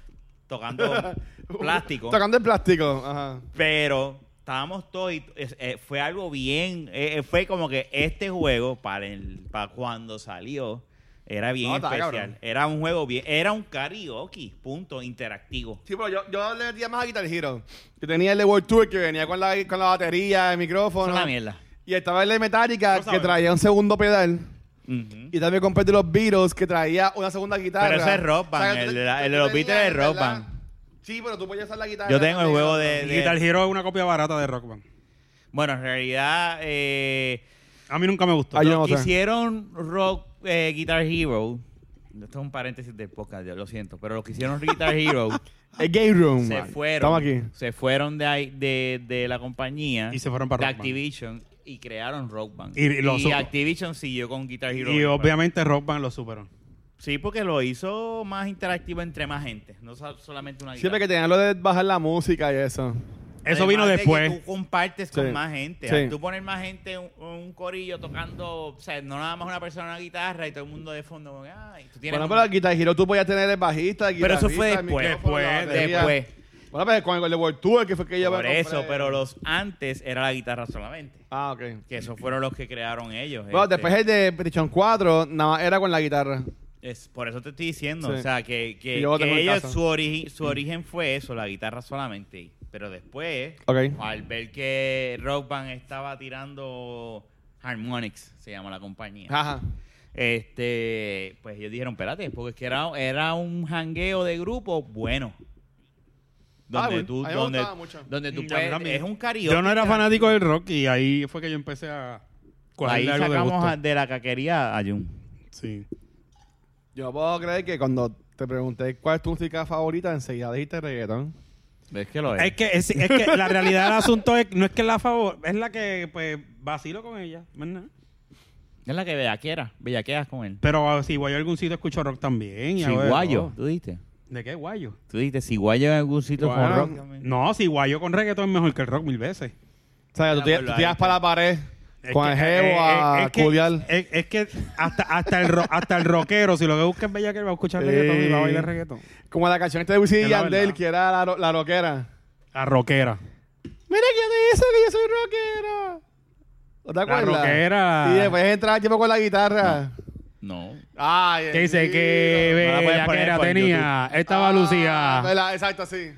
C: tocando plástico,
A: Tocando el plástico. Ajá.
C: pero estábamos todos y es- eh, fue algo bien, eh, eh, fue como que este juego para el para cuando salió era bien
A: No, está
C: especial,
A: cabrón.
C: era un juego bien, era un karaoke, punto interactivo.
A: Sí, pero yo, yo le metía más a Guitar Hero. Yo tenía el de World Tour que venía con la, con la batería, el
C: Eso
A: micrófono.
C: es una mierda.
A: Y estaba el de Metallica
B: No
A: que
B: sabemos.
A: traía un segundo pedal.
C: Ujú.
A: Y también compré el de los Beatles que traía una segunda guitarra.
C: Pero ese es rock band,
A: tú
C: el
A: te-
C: de la-
A: tú
C: el de los
A: tenías,
C: Beatles es rock
A: ¿verdad?
C: band.
A: Sí, pero tú podías usar la guitarra.
C: Yo tengo el
A: también,
C: juego
A: ¿no?
C: de-
B: El Guitar Hero es una copia barata de Rock Band.
C: Bueno, en realidad eh,
B: A mí nunca me gustó.
A: Ay, yo-
B: Yo,
A: no sé.
C: hicieron rock eh, Guitar Hero. Esto es un paréntesis del podcast, yo lo siento, pero los que hicieron Guitar Hero
A: El Game Room.
C: se
A: man.
C: fueron.
A: Estamos aquí.
C: Se fueron de, ahí- de, de la compañía.
B: Y se fueron para
C: de
B: Rock Band.
C: Activision y crearon Rock Band.
B: Y- y lo supo.
C: Activision siguió con Guitar Hero.
B: y obviamente Rock Band lo superó.
C: Sí, porque lo hizo más interactivo entre más gente, no so- solamente una
A: Siempre que
C: guitarra.
A: tenían lo de bajar la música y eso.
B: Eso
C: Además
B: vino
C: de que
B: después.
C: tú compartes con
A: Sí.
C: más gente.
A: Sí.
C: Al tú poner más gente, en un, un corillo tocando, o sea, no nada más una persona en una guitarra y todo el mundo de fondo. como que, Ay, tú tienes
A: Bueno,
C: un-
A: pero el Guitar Hero tú podías tener el bajista, el
C: Pero eso fue
A: guitarrista, el
C: después,
A: micrófono, la
B: después,
A: batería.
C: después.
A: Bueno, pero con el de World Tour que fue que yo me
C: Por eso,
A: compré.
C: pero Este. los antes era la guitarra solamente.
A: Ah, ok.
C: Que esos fueron los que crearon ellos.
A: Bueno,
C: este.
A: después el de PlayStation 4 nada más era con la guitarra.
C: Es- por eso te estoy diciendo,
A: Sí.
C: o sea, que, que,
A: Y yo lo
C: que
A: tengo en
C: ellos,
A: casa.
C: su, origen, su origen fue eso, la guitarra solamente. Pero después,
A: Ok.
C: al ver que Rock Band estaba tirando Harmonix, se llama la compañía,
A: Ajá.
C: este pues ellos dijeron, espérate, porque es que era, era un jangueo de grupo bueno. Donde
A: Ah, bueno.
C: tú,
A: A mí me
C: donde,
A: gustaba mucho.
C: donde
B: Mm, A
C: tú
B: mí
C: puedes-
B: también.
C: es un karaoke.
B: Yo no era fanático del rock y ahí fue que yo empecé a
C: Ahí
B: cogerle algo de
C: sacamos
B: gusto.
C: a- de la caquería a Jun.
B: Sí.
A: Yo puedo creer que cuando te pregunté cuál es tu música favorita, enseguida dijiste reggaetón.
C: ¿Ves que lo
B: Es que, es, es que la realidad del asunto es, no es que la favor, es la que pues vacilo con ella, más nada.
C: Es la que bellaquera, bellaqueas con él.
B: Pero ah, si voy a algún sitio escucho rock también. y hago de
C: Ciguayo,
B: todo.
C: tú dijiste.
B: ¿De qué guayo?
C: Tú dijiste, si guayo en algún sitio con
A: Bueno,
C: rock.
B: No, si guayo con reggaetón es mejor que el rock mil veces.
A: O sea, tú,
C: Ya,
A: te-
C: pues,
A: tú
C: ahí
A: tiras
C: está.
A: para la pared
B: Es
A: con
B: que-
A: el jevo
B: eh,
A: a
B: eh, es que-
A: culiar.
B: Es, es que hasta, hasta, el ro- hasta el rockero, si lo que busca es bella que va a escuchar reggaetón y va a bailar
A: Eh.
B: reggaetón.
A: Como la canción esta de Wisin
B: Es
A: y
B: la
A: Yandel,
B: verdad.
A: que era la, ro- la rockera.
B: La rockera.
A: Mira quién dice que yo soy rockera. ¿No te acuerdas?
B: rockera.
A: Y después entraba el tipo con la guitarra.
C: No.
A: Ay,
B: Que dice
A: bendito.
B: que
C: no la puedes
B: bella
C: poner por
B: tenía, estaba
A: Ah,
B: Lucía.
A: ¿verdad? Exacto, sí.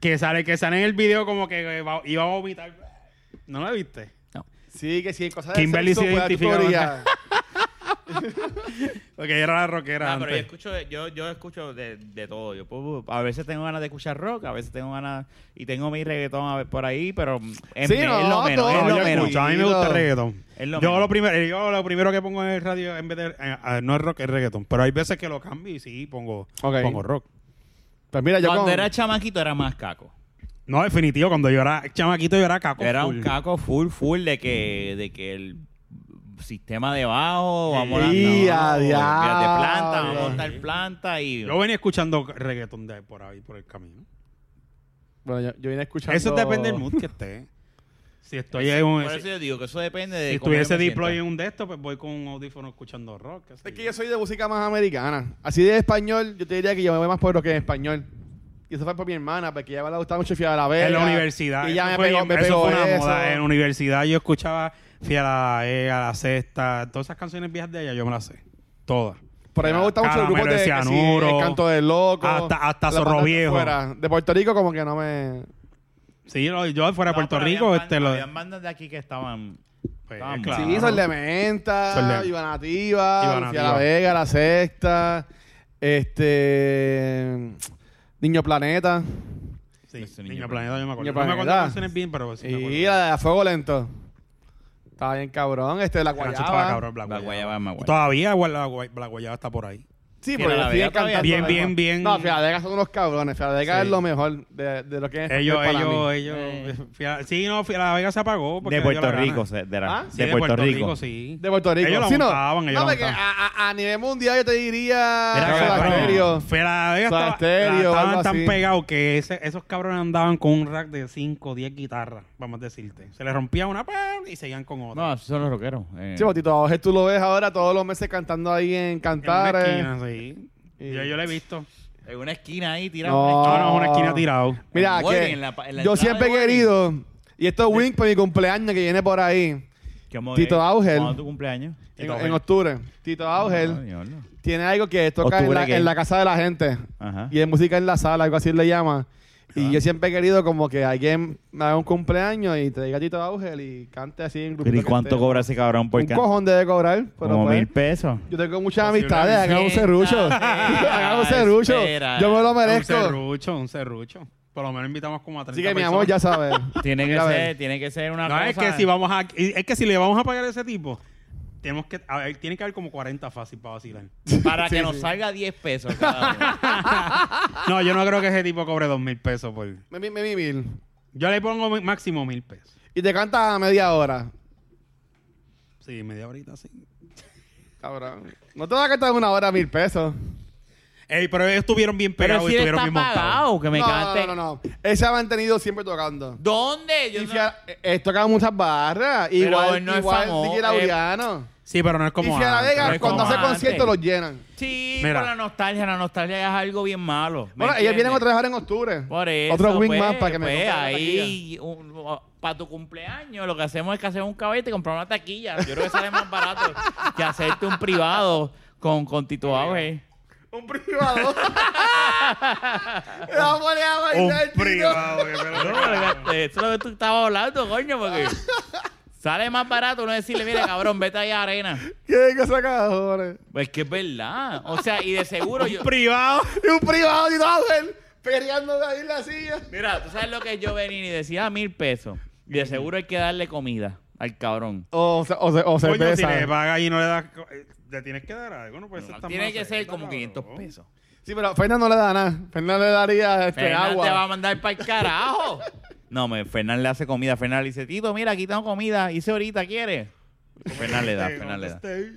B: Que sale, que sale en el video como que eh, va- iba a vomitar. ¿No la viste?
A: Sí, que sí, cosas
B: Kimberly
A: de sexo,
B: se
A: pues,
B: identifica
A: tu
B: con
A: teoría.
B: Porque ella era la rockera
C: Ah,
B: antes.
C: pero yo escucho, yo, yo escucho de, de todo. Yo puedo- a veces tengo ganas de escuchar rock, a veces tengo ganas y tengo mi reggaetón a ver, por ahí, pero es,
A: Sí,
C: me-
A: no,
C: es lo menos,
A: todo.
C: es
B: No,
C: lo
B: yo
C: menos.
B: escucho. A mí me gusta el reggaetón.
C: Es lo
B: yo,
C: menos.
B: lo primero, yo lo primero que pongo en el radio en vez de... eh, eh, no es rock, es reggaetón. Pero hay veces que lo cambio y sí, pongo,
A: Ok.
B: pongo rock.
A: Pues mira, yo
C: Cuando
A: con-
C: era chamaquito era más caco.
B: No, definitivo. Cuando yo era chamaquito, yo era caco.
C: Era un
B: full.
C: caco full, full de que, de que el sistema de bajo, vamos
A: Sí,
C: a
A: a
C: no, olvídate,
A: diablo.
C: planta, vamos a montar planta y
B: Yo venía escuchando reggaetón de por ahí, por el camino.
A: Bueno, yo, yo vine escuchando...
B: Eso depende del mood que esté. Si estoy en un...
C: Por
B: Si,
C: eso yo digo que eso depende de
B: si
C: cómo yo
B: estuviese
C: me
B: deploy en
C: sienta.
B: un de estos, pues voy con un audífono escuchando rock. qué sé
A: Es que yo soy de música más americana. Así de español, yo te diría que yo me voy más por lo que en español. Y eso fue por mi hermana, porque ella le gustaba mucho Fiada la Vega.
B: En la universidad.
A: Y ya
B: Eso
A: me
B: fue-
A: pegó, me
B: eso
A: pegó
B: fue una
A: eso.
B: moda. En la universidad yo escuchaba Fui a la E, a la Sexta, todas esas canciones viejas de ella yo me las sé. Todas.
A: Por ahí me gusta mucho el
B: Calamero
A: grupo de
B: de
A: que sí,
B: cianuro,
A: El Canto del Loco.
B: hasta- hasta
A: la
B: Zorro
A: banda de
B: Viejo.
A: fuera. De Puerto Rico como que no me...
B: Sí, yo, yo fuera de
C: No,
B: Puerto
C: pero
B: Rico,
C: habían
B: este
C: bandas-
B: lo...
C: habían bandas de aquí que estaban
B: Pues,
C: Estábamos.
B: claro.
A: Sí, Sol de Menta,
B: Sol de-
A: Iván Nativa,
B: Iván
A: Lucía La
B: Nativa.
A: Vega, La Sexta, este... Niño Planeta.
B: Sí,
C: Ese
B: Niño
C: Niño
B: Planeta, yo me acuerdo.
A: Niño
B: no me acuerdo
A: Planeta.
B: las canciones bien, pero sí me
A: Y
B: acuerdo.
A: la de A Fuego Lento. Estaba bien cabrón. Este, La
B: Nacho estaba
A: Guayaba.
B: cabrón, Black
C: La
B: Guayaba.
C: guayaba es más guayaba.
B: Todavía gua- la, gua- la guayaba está por ahí.
A: Sí,
C: Fiera
A: porque
C: La
A: siguen
C: Vega todavía
A: cantando
B: Bien,
A: la
B: bien,
A: misma.
B: bien.
A: No, Fiadega son unos cabrones. Fiadega
B: Sí.
A: es lo mejor de, de lo que es.
B: Ellos,
A: para
B: ellos,
A: mí.
B: ellos.
C: Eh.
B: fui a- Sí, no, fui a La Vega se apagó. porque
D: De
B: le dio
D: Puerto
B: la gana.
D: Rico, se- de, la-
A: ¿Ah?
D: de
B: Sí, de Puerto Rico, sí.
A: De Puerto Rico.
B: Ellos la
A: sí, no.
B: montaban, ellos
A: no,
B: la
A: porque
B: montaban.
A: a, a- a nivel mundial yo te diría.
B: Mira,
A: Soda
B: cabrón,
A: Stereo.
B: fue la Vega
A: Soda
B: estaba-
A: Stereo,
B: la estaban
A: algo
B: tan
A: así.
B: pegados que ese- esos cabrones andaban con un rack de 5 o 10 guitarras, vamos a decirte. Se les rompía una ¡pam! y seguían con otra.
C: No, esos son los rockeros. eh.
A: Sí, Botito Auge, tú lo ves ahora todos los meses cantando ahí en
B: en una
A: Cantares.
B: esquina, sí.
A: Y- Ah.
B: Yo, yo la he visto.
C: En una esquina ahí tirado.
A: No.
B: No, no, es una esquina tirado.
A: Mira,
C: En Walgreens,
A: que
C: en la pa- en la
A: yo
C: entrada
A: siempre he
C: de Walgreens.
A: querido, y esto es Wink para mi cumpleaños que viene por ahí, Tito Ángel.
D: ¿eh? ¿Cuándo es tu cumpleaños?
A: en,
B: Tito
A: en
B: Ángel.
A: octubre. Tito Ángel
D: Ah, yo no.
A: tiene algo que toca en
D: ¿Octubre
A: la,
D: qué?
A: en la casa de la gente,
D: Ajá.
A: y es música en la sala, algo así le llama. Y yo siempre he querido como que alguien me haga un cumpleaños y te diga Tito Ángel y cante así en grupo.
D: Pero ¿y cuánto cobra ese cabrón por
A: Un
D: can-
A: cojón debe cobrar, pero
D: Como
A: pues,
D: mil pesos.
A: Yo tengo muchas
B: Posible.
A: amistades, hagan un serrucho.
C: Espera,
A: hagan un serrucho.
C: eh, espera.
A: Yo me lo merezco.
B: Un serrucho, un serrucho. Por lo menos invitamos como a 30
A: Así que mi amor, ya
B: personas.
A: sabes.
C: Tiene que
A: Mira, a ver.
C: ser, tiene que ser una
B: No,
C: cosa.
B: es que si vamos a... Es que si le vamos a pagar a ese tipo, tenemos que... a ver, tiene que haber como 40 fácil para vacilar.
C: Para
A: Sí,
C: que nos
A: sí.
C: salga 10 pesos cada uno.
B: No, yo no creo que ese tipo cobre dos mil pesos por...
A: Me, me, me- mil.
B: Yo le pongo mi- máximo mil pesos.
A: Y te canta a media hora.
B: Sí, media horita, sí.
A: Cabrón. No te va a cantar una hora mil pesos.
B: Ey, pero ellos estuvieron bien
C: Pero
B: pegados y
C: si él
B: estuvieron
C: está
B: bien montados.
C: pagado, que me
A: no,
C: cante.
A: no, no, no. Él se ha mantenido siempre tocando.
C: ¿Dónde? Yo
A: Y
C: no-
A: Fia- eh, eh, toca muchas barras.
C: Pero
A: Igual,
C: él no es
A: igual
C: famoso,
A: DJ
C: eh,
A: Laureano.
B: Sí, pero no es como
A: y Fiera
B: antes, no
A: Vega,
B: es
A: cuando
B: como
A: hace
B: antes.
A: conciertos, los llenan.
C: Sí,
B: Mira.
C: con la nostalgia. La nostalgia es algo bien malo. ¿me
A: Bueno, ellos vienen
C: entiendes?
A: otra vez ahora en octubre.
C: Por eso.
A: Otro wing
C: pues,
A: más para que me
C: pues,
A: compren la taquilla.
C: ahí, para tu cumpleaños, lo que hacemos es que hacemos un cabello y te compramos una taquilla. Yo creo que sale más barato que hacerte un privado con, con Tito Auge.
A: Un privado. Vamos a
B: Un
A: bailar, tío.
B: privado. que me lo-
C: No, pero que- Eso es lo que tú estabas hablando, coño, porque sale más barato uno decirle, mira, cabrón, vete ahí a arena.
A: Qué cosa cajones.
C: Pues que es verdad. O sea, y de seguro yo...
B: Un privado.
A: Y un privado de Ángel peleando de ahí en la silla.
C: Mira, tú sabes lo que es yo venir y decía ah, mil pesos. Y de seguro hay que darle comida al cabrón.
A: O, se- o, se- o
B: Coño, si
A: cerveza.
B: le pagas y no le das... co- eh, Le tienes que dar algo, no puede ser tan
C: Tiene
B: mala
C: que
B: fe,
C: ser
B: está
C: como 500
B: cabrón.
C: pesos.
A: sí, pero Fernando no le da nada. Fernando le daría este
C: Fernán
A: agua.
C: te va a mandar para el carajo. No, me, Fernán le hace comida. Fernán le dice, Tito, mira, aquí tengo comida. Hice ahorita, ¿quieres? Fernán le da,
B: Este,
C: Fernán le da.
B: este-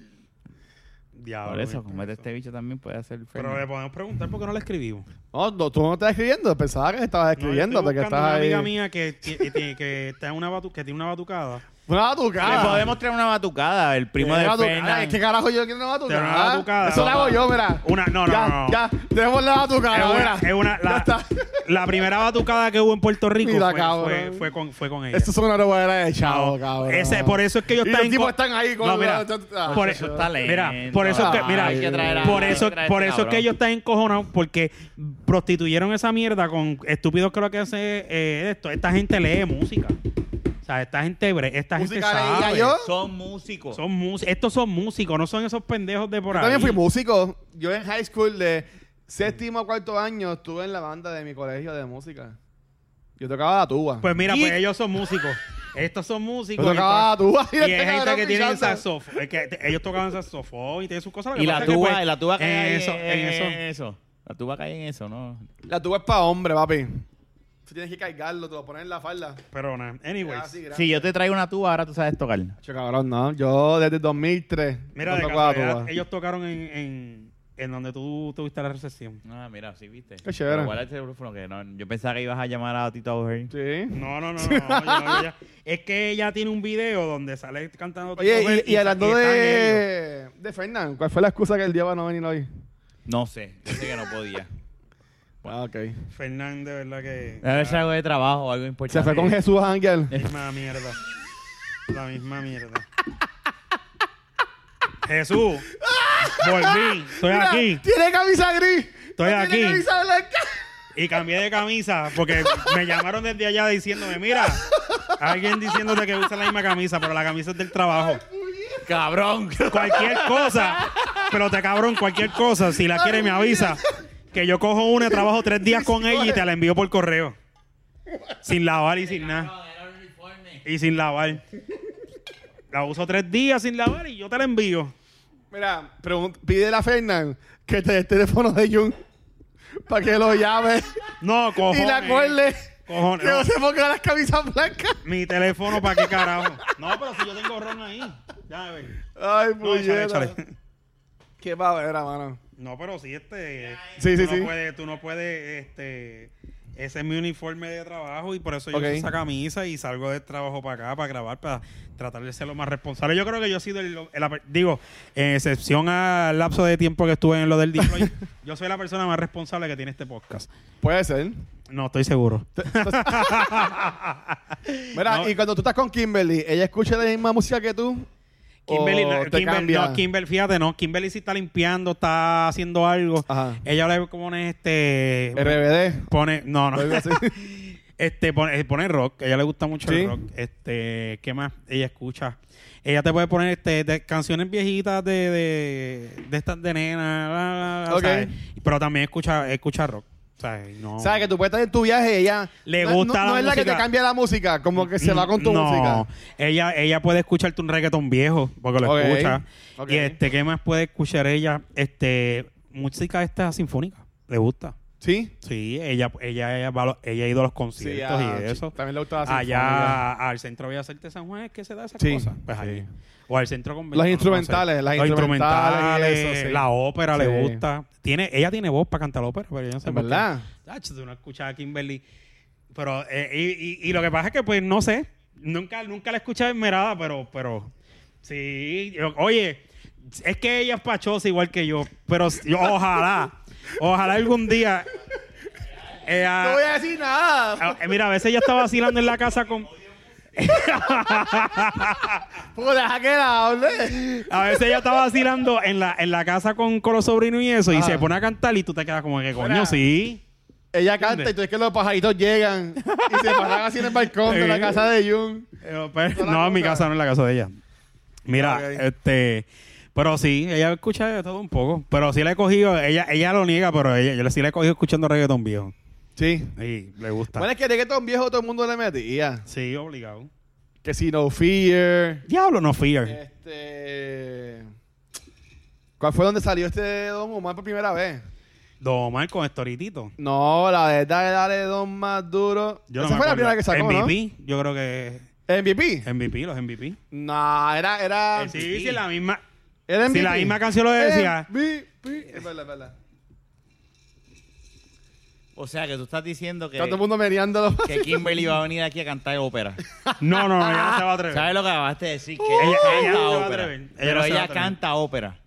B: Diablo.
C: Por eso,
B: mil
C: comer
B: pesos.
C: este bicho también puede hacer
B: Pero le
C: Fernán.
B: podemos preguntar por qué no le escribimos.
A: No, no, tú no estás escribiendo. Pensaba que estabas
B: No,
A: escribiendo
B: estoy
A: porque
B: buscando
A: estás
B: una
A: ahí.
B: amiga mía que, ti- que tiene- que está en una batu- que tiene una batucada.
A: Una batucada.
C: Ah,
B: Ah.
C: Le podemos traer una batucada. El primo
A: Una
C: de
A: batucada.
C: Fernán.
A: Ay,
B: este
A: ¿Qué carajo yo quiero una batucada?
B: Pero una batucada,
A: Eso
B: no,
A: la hago yo, mira.
B: Una- no, no,
A: ya,
B: no, no.
A: Ya, tenemos la batucada,
B: es una,
A: mira.
B: es una-
A: Ya
B: la,
A: está.
B: la primera batucada que hubo en Puerto Rico
A: Mira,
B: fue,
A: cabrón.
B: fue, fue con, fue con ella.
A: Esto es una robadera de chavo,
B: No,
A: cabrón.
B: ese- por eso es que ellos
A: Y
B: están
A: los
B: en
A: tipos
B: co-
A: están ahí con
B: No, mira,
A: Ah,
B: por
C: Eso
B: eso-
C: está lento.
B: Mira, por eso que- mira,
C: Hay que traer a-
B: Por
C: hay que
B: eso,
C: traer a
B: por
C: este
B: eso es que
C: cabrón.
B: ellos están encojonados porque prostituyeron esa mierda con estúpidos que lo que hace eh, esto. Esta gente lee música. O sea, esta gente, bre- esta gente
A: Música leía
B: sabe.
A: yo.
C: Son músicos.
B: Son mús- estos son músicos, no son esos pendejos de por
A: Yo
B: ahí.
A: también fui músico. Yo en high school de séptimo a cuarto año estuve en la banda de mi colegio de música. Yo tocaba la tuba.
B: Pues mira, pues
C: Y-
B: ellos son músicos. Estos son músicos.
A: yo tocaba la tuba.
B: y
A: este
B: es gente
A: cabrón
B: que tienen
A: pichando.
B: saxofón. Es que te- ellos tocaban saxofón y tienen sus cosas. Lo que
C: Y la
B: pasa es que,
C: tuba,
B: pues,
C: la tuba cae
B: en
C: ahí
B: eso, en eso.
C: eso. La tuba cae en eso, ¿no?
A: La tuba es para hombre, papi. Tú tienes que cargarlo, te lo pones en la falda.
B: Pero nada,
A: Era
B: anyways.
A: así, grande.
C: Si yo te traigo una tuba, ahora tú sabes tocar.
A: Che, cabrón, no. Yo desde 2003
B: Mira,
A: no
B: de
A: tocaba la
B: casualidad,
A: tuba.
B: ellos tocaron en, en, en donde tú tuviste la recesión.
C: Ah, mira, sí, viste.
A: Qué chévere.
C: Pero guarda el teléfono que no- yo pensaba que ibas a llamar a Tito Auger.
A: Sí.
B: No, no, no, no. yo- yo- es que ella tiene un video donde sale cantando. Tito
A: Oye,
B: Bell
A: y, y hablando
B: está en ellos.
A: de, de Fernán, ¿cuál fue la excusa que él dio para no venir hoy?
C: No sé, yo sé que no podía.
A: Ah, ok.
B: Fernández, de verdad que.
C: Debe ser algo de trabajo, algo importante.
A: Se fue con Jesús Ángel.
B: La misma mierda. La misma mierda. Jesús. Volví. Estoy
A: Mira,
B: aquí.
A: Tiene camisa gris.
B: Estoy
A: No
B: aquí.
A: Tiene camisa blanca.
B: Y cambié de camisa porque me llamaron desde allá diciéndome, mira, alguien diciéndote que usa la misma camisa, pero la camisa es del trabajo.
C: ¡Cabrón!
B: Cualquier cosa, pero te cabrón, cualquier cosa, si la quieres me avisa, que yo cojo una, trabajo tres días con ella y te la envío por correo. Sin lavar y sin nada. Y sin lavar. La uso tres días sin lavar y yo te la envío.
A: Mira, pregun- pídele a Fernán que te dé el teléfono de Jun para que lo llame
B: No, cojones.
A: y le acuerde
B: Cojones,
A: que
B: no.
A: no se ponga las camisas blancas.
B: Mi teléfono, ¿para qué carajo? No, pero si yo tengo ron ahí. Ya, ves.
A: Ay,
B: No, échale,
A: puñeta.
B: échale.
A: Qué pavera, mano.
B: No, pero si este.
A: Sí,
B: tú
A: sí,
B: no
A: sí.
B: Puedes, tú no puedes. Este, ese es mi uniforme de trabajo y por eso yo
A: Ok.
B: uso esa camisa y salgo del trabajo para acá para grabar, para tratar de ser lo más responsable. Yo creo que yo he sido el. el aper- digo, en excepción al lapso de tiempo que estuve en lo del deploy, yo soy la persona más responsable que tiene este podcast.
A: Puede ser.
B: No, estoy seguro.
A: Mira,
B: No.
A: y cuando tú estás con Kimberly, ¿ella escucha la misma música que tú?
B: Kimberly,
A: ¿O
B: no,
A: te
B: Kimberly,
A: cambia?
B: no, Kimberly, fíjate, no. Kimberly sí está limpiando, está haciendo algo.
A: Ajá.
B: Ella le pone este.
A: RBD.
B: Pone. No, no.
A: algo así.
B: Este, pone, pone rock, a ella le gusta mucho
A: Sí.
B: el rock. Este, ¿qué más? Ella escucha. Ella te puede poner este, de- canciones viejitas de, de, de estas de nena, la, la, la,
A: Ok.
B: ¿sabes? pero también escucha, escucha rock. ¿sabes? No.
A: ¿Sabes que tú puedes estar en tu viaje y ella.
B: Le
A: no es-
B: gusta
A: no, no
B: la
A: es la que te
B: música. Mm,
A: cambia la música, como que se va con tu
B: no,
A: música.
B: Ella, ella puede escucharte un reggaetón viejo, porque lo
A: Ok,
B: escucha.
A: ok.
B: Y este, ¿qué más puede escuchar ella? Este, música esta sinfónica, le gusta.
A: ¿Sí?
B: Sí, ella, ella, ella, va a los- ella ha ido a los conciertos
A: ah,
B: y
A: sí,
B: eso.
A: También le gusta la sinfonía.
B: allá al centro Bellas Artes de San Juan es que se da esas
A: Sí,
B: cosas. Pues
A: sí.
B: allí. O al centro convenio.
A: Los instrumentales, las instrumentales y eso, sí.
B: La ópera le
A: Sí.
B: gusta. Tiene, ella tiene voz para cantar la ópera, pero yo no sé
A: ¿En
B: por qué.
A: verdad?
B: Tacho, tú no escuchas a Kimberly. Pero, eh, y, y- y lo que pasa es que, pues, no sé. Nunca, nunca la he escuchado esmerada, pero, pero. Sí, yo- oye, es que ella es pachosa igual que yo. Pero yo- ojalá, ojalá algún día. ella-
A: No voy a decir nada.
B: Ah, eh, Mira, a veces ella está vacilando en la casa con.
A: Pues deja que la hable.
B: A veces ella está vacilando en la, en la casa con, con los sobrinos y eso. Y
A: Ah.
B: se pone a cantar y tú te quedas como que, coño,
A: Mira.
B: sí.
A: Ella canta y tú es que los pajaritos llegan y se paran así en el balcón de la
B: Sí.
A: casa de Jun.
B: Pero, pero-
A: Toda Eh, la
B: no, en mi
A: cosa.
B: casa, no en la casa de ella. Mira,
A: Ok.
B: este. Pero sí, ella escucha de todo un poco. Pero sí le he cogido, ella, ella lo niega, pero ella, yo sí le he cogido escuchando reggaetón viejo.
A: Sí.
B: Y le gusta.
A: Bueno, es que reggaetón viejo todo el mundo le metía.
B: sí, obligado.
A: Que si No Fear.
B: Diablo, no fear.
A: Eh. Este. ¿Cuál fue donde salió este Don Omar por primera vez?
B: Don Omar con estoritito.
A: No, la de Dale, dale, Don más duro.
B: Yo no
A: Esa
B: me
A: fue la
B: acuerdo.
A: primera que sacó,
B: MVP, yo creo que.
A: ¿no? MVP.
B: MVP, los MVP.
A: No, era, era.
B: Sí, sí, la misma.
A: Era
B: Si
A: MVP.
B: la misma canción lo decía.
A: MVP. Es verdad, es verdad.
C: O sea, que tú estás diciendo que,
A: Está todo el mundo meneándolo.
C: que Kimberly va a venir aquí a cantar ópera.
B: No, no, no, ella no se va a atrever.
C: ¿Sabes lo que acabaste de decir? Que
B: Ella-
C: ella,
B: ella no se
C: canta
B: va a
C: ópera.
B: atrever. Ella no
C: pero
B: se va a
C: ella
B: atrever.
C: canta ópera.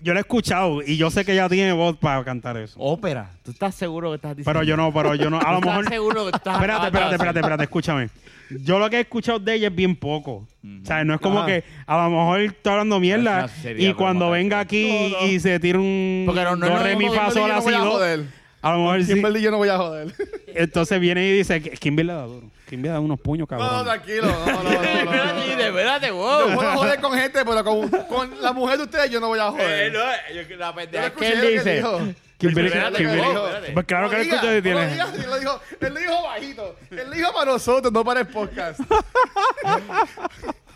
B: Yo lo he escuchado y yo sé que ella tiene voz para cantar eso.
C: Ópera. ¿Tú estás seguro que estás diciendo?
B: Pero yo no, pero yo no. A lo
C: ¿Tú estás
B: mejor.
C: seguro que tú estás
B: Espérate,
C: acabas
B: espérate,
C: de
B: espérate, espérate, escúchame. Yo lo que he escuchado de ella es bien poco. O sea, no es como
A: Ajá.
B: que a lo mejor estoy hablando mierda
C: No, eso sería
B: y cuando
C: como-
B: venga aquí
A: No, no.
B: y se tira un
C: Porque no- no es
B: do,
C: lo
B: re, mi,
A: mismo
B: fa,
A: Kimberly,
B: sol,
A: yo no
B: así,
A: voy a
B: do.
A: joder.
B: A lo mejor sí.
A: Kimberly, yo no voy a joder.
B: Entonces viene y dice, Kimberly le da duro. Kimberly le da unos puños, cabrón.
A: No, no, tranquilo. No, no, no, no, no, no.
C: Espérate, espérate,
A: Yo
C: wow.
A: puedo joder con gente, pero con, con la mujer de ustedes yo no voy a
C: Eh,
A: joder.
C: no, yo- la pendeja
A: Yo
C: que
A: escuché
C: él
A: lo que
C: dice.
A: dijo.
B: Kimberly,
C: Espérate,
B: Kimberly-
C: espérate, espérate.
B: Pues claro que lo
A: diga,
B: escucho de
A: no lo
B: tiene.
A: diga, sí, lo dijo, él lo dijo bajito. Él lo dijo para nosotros, no para el podcast.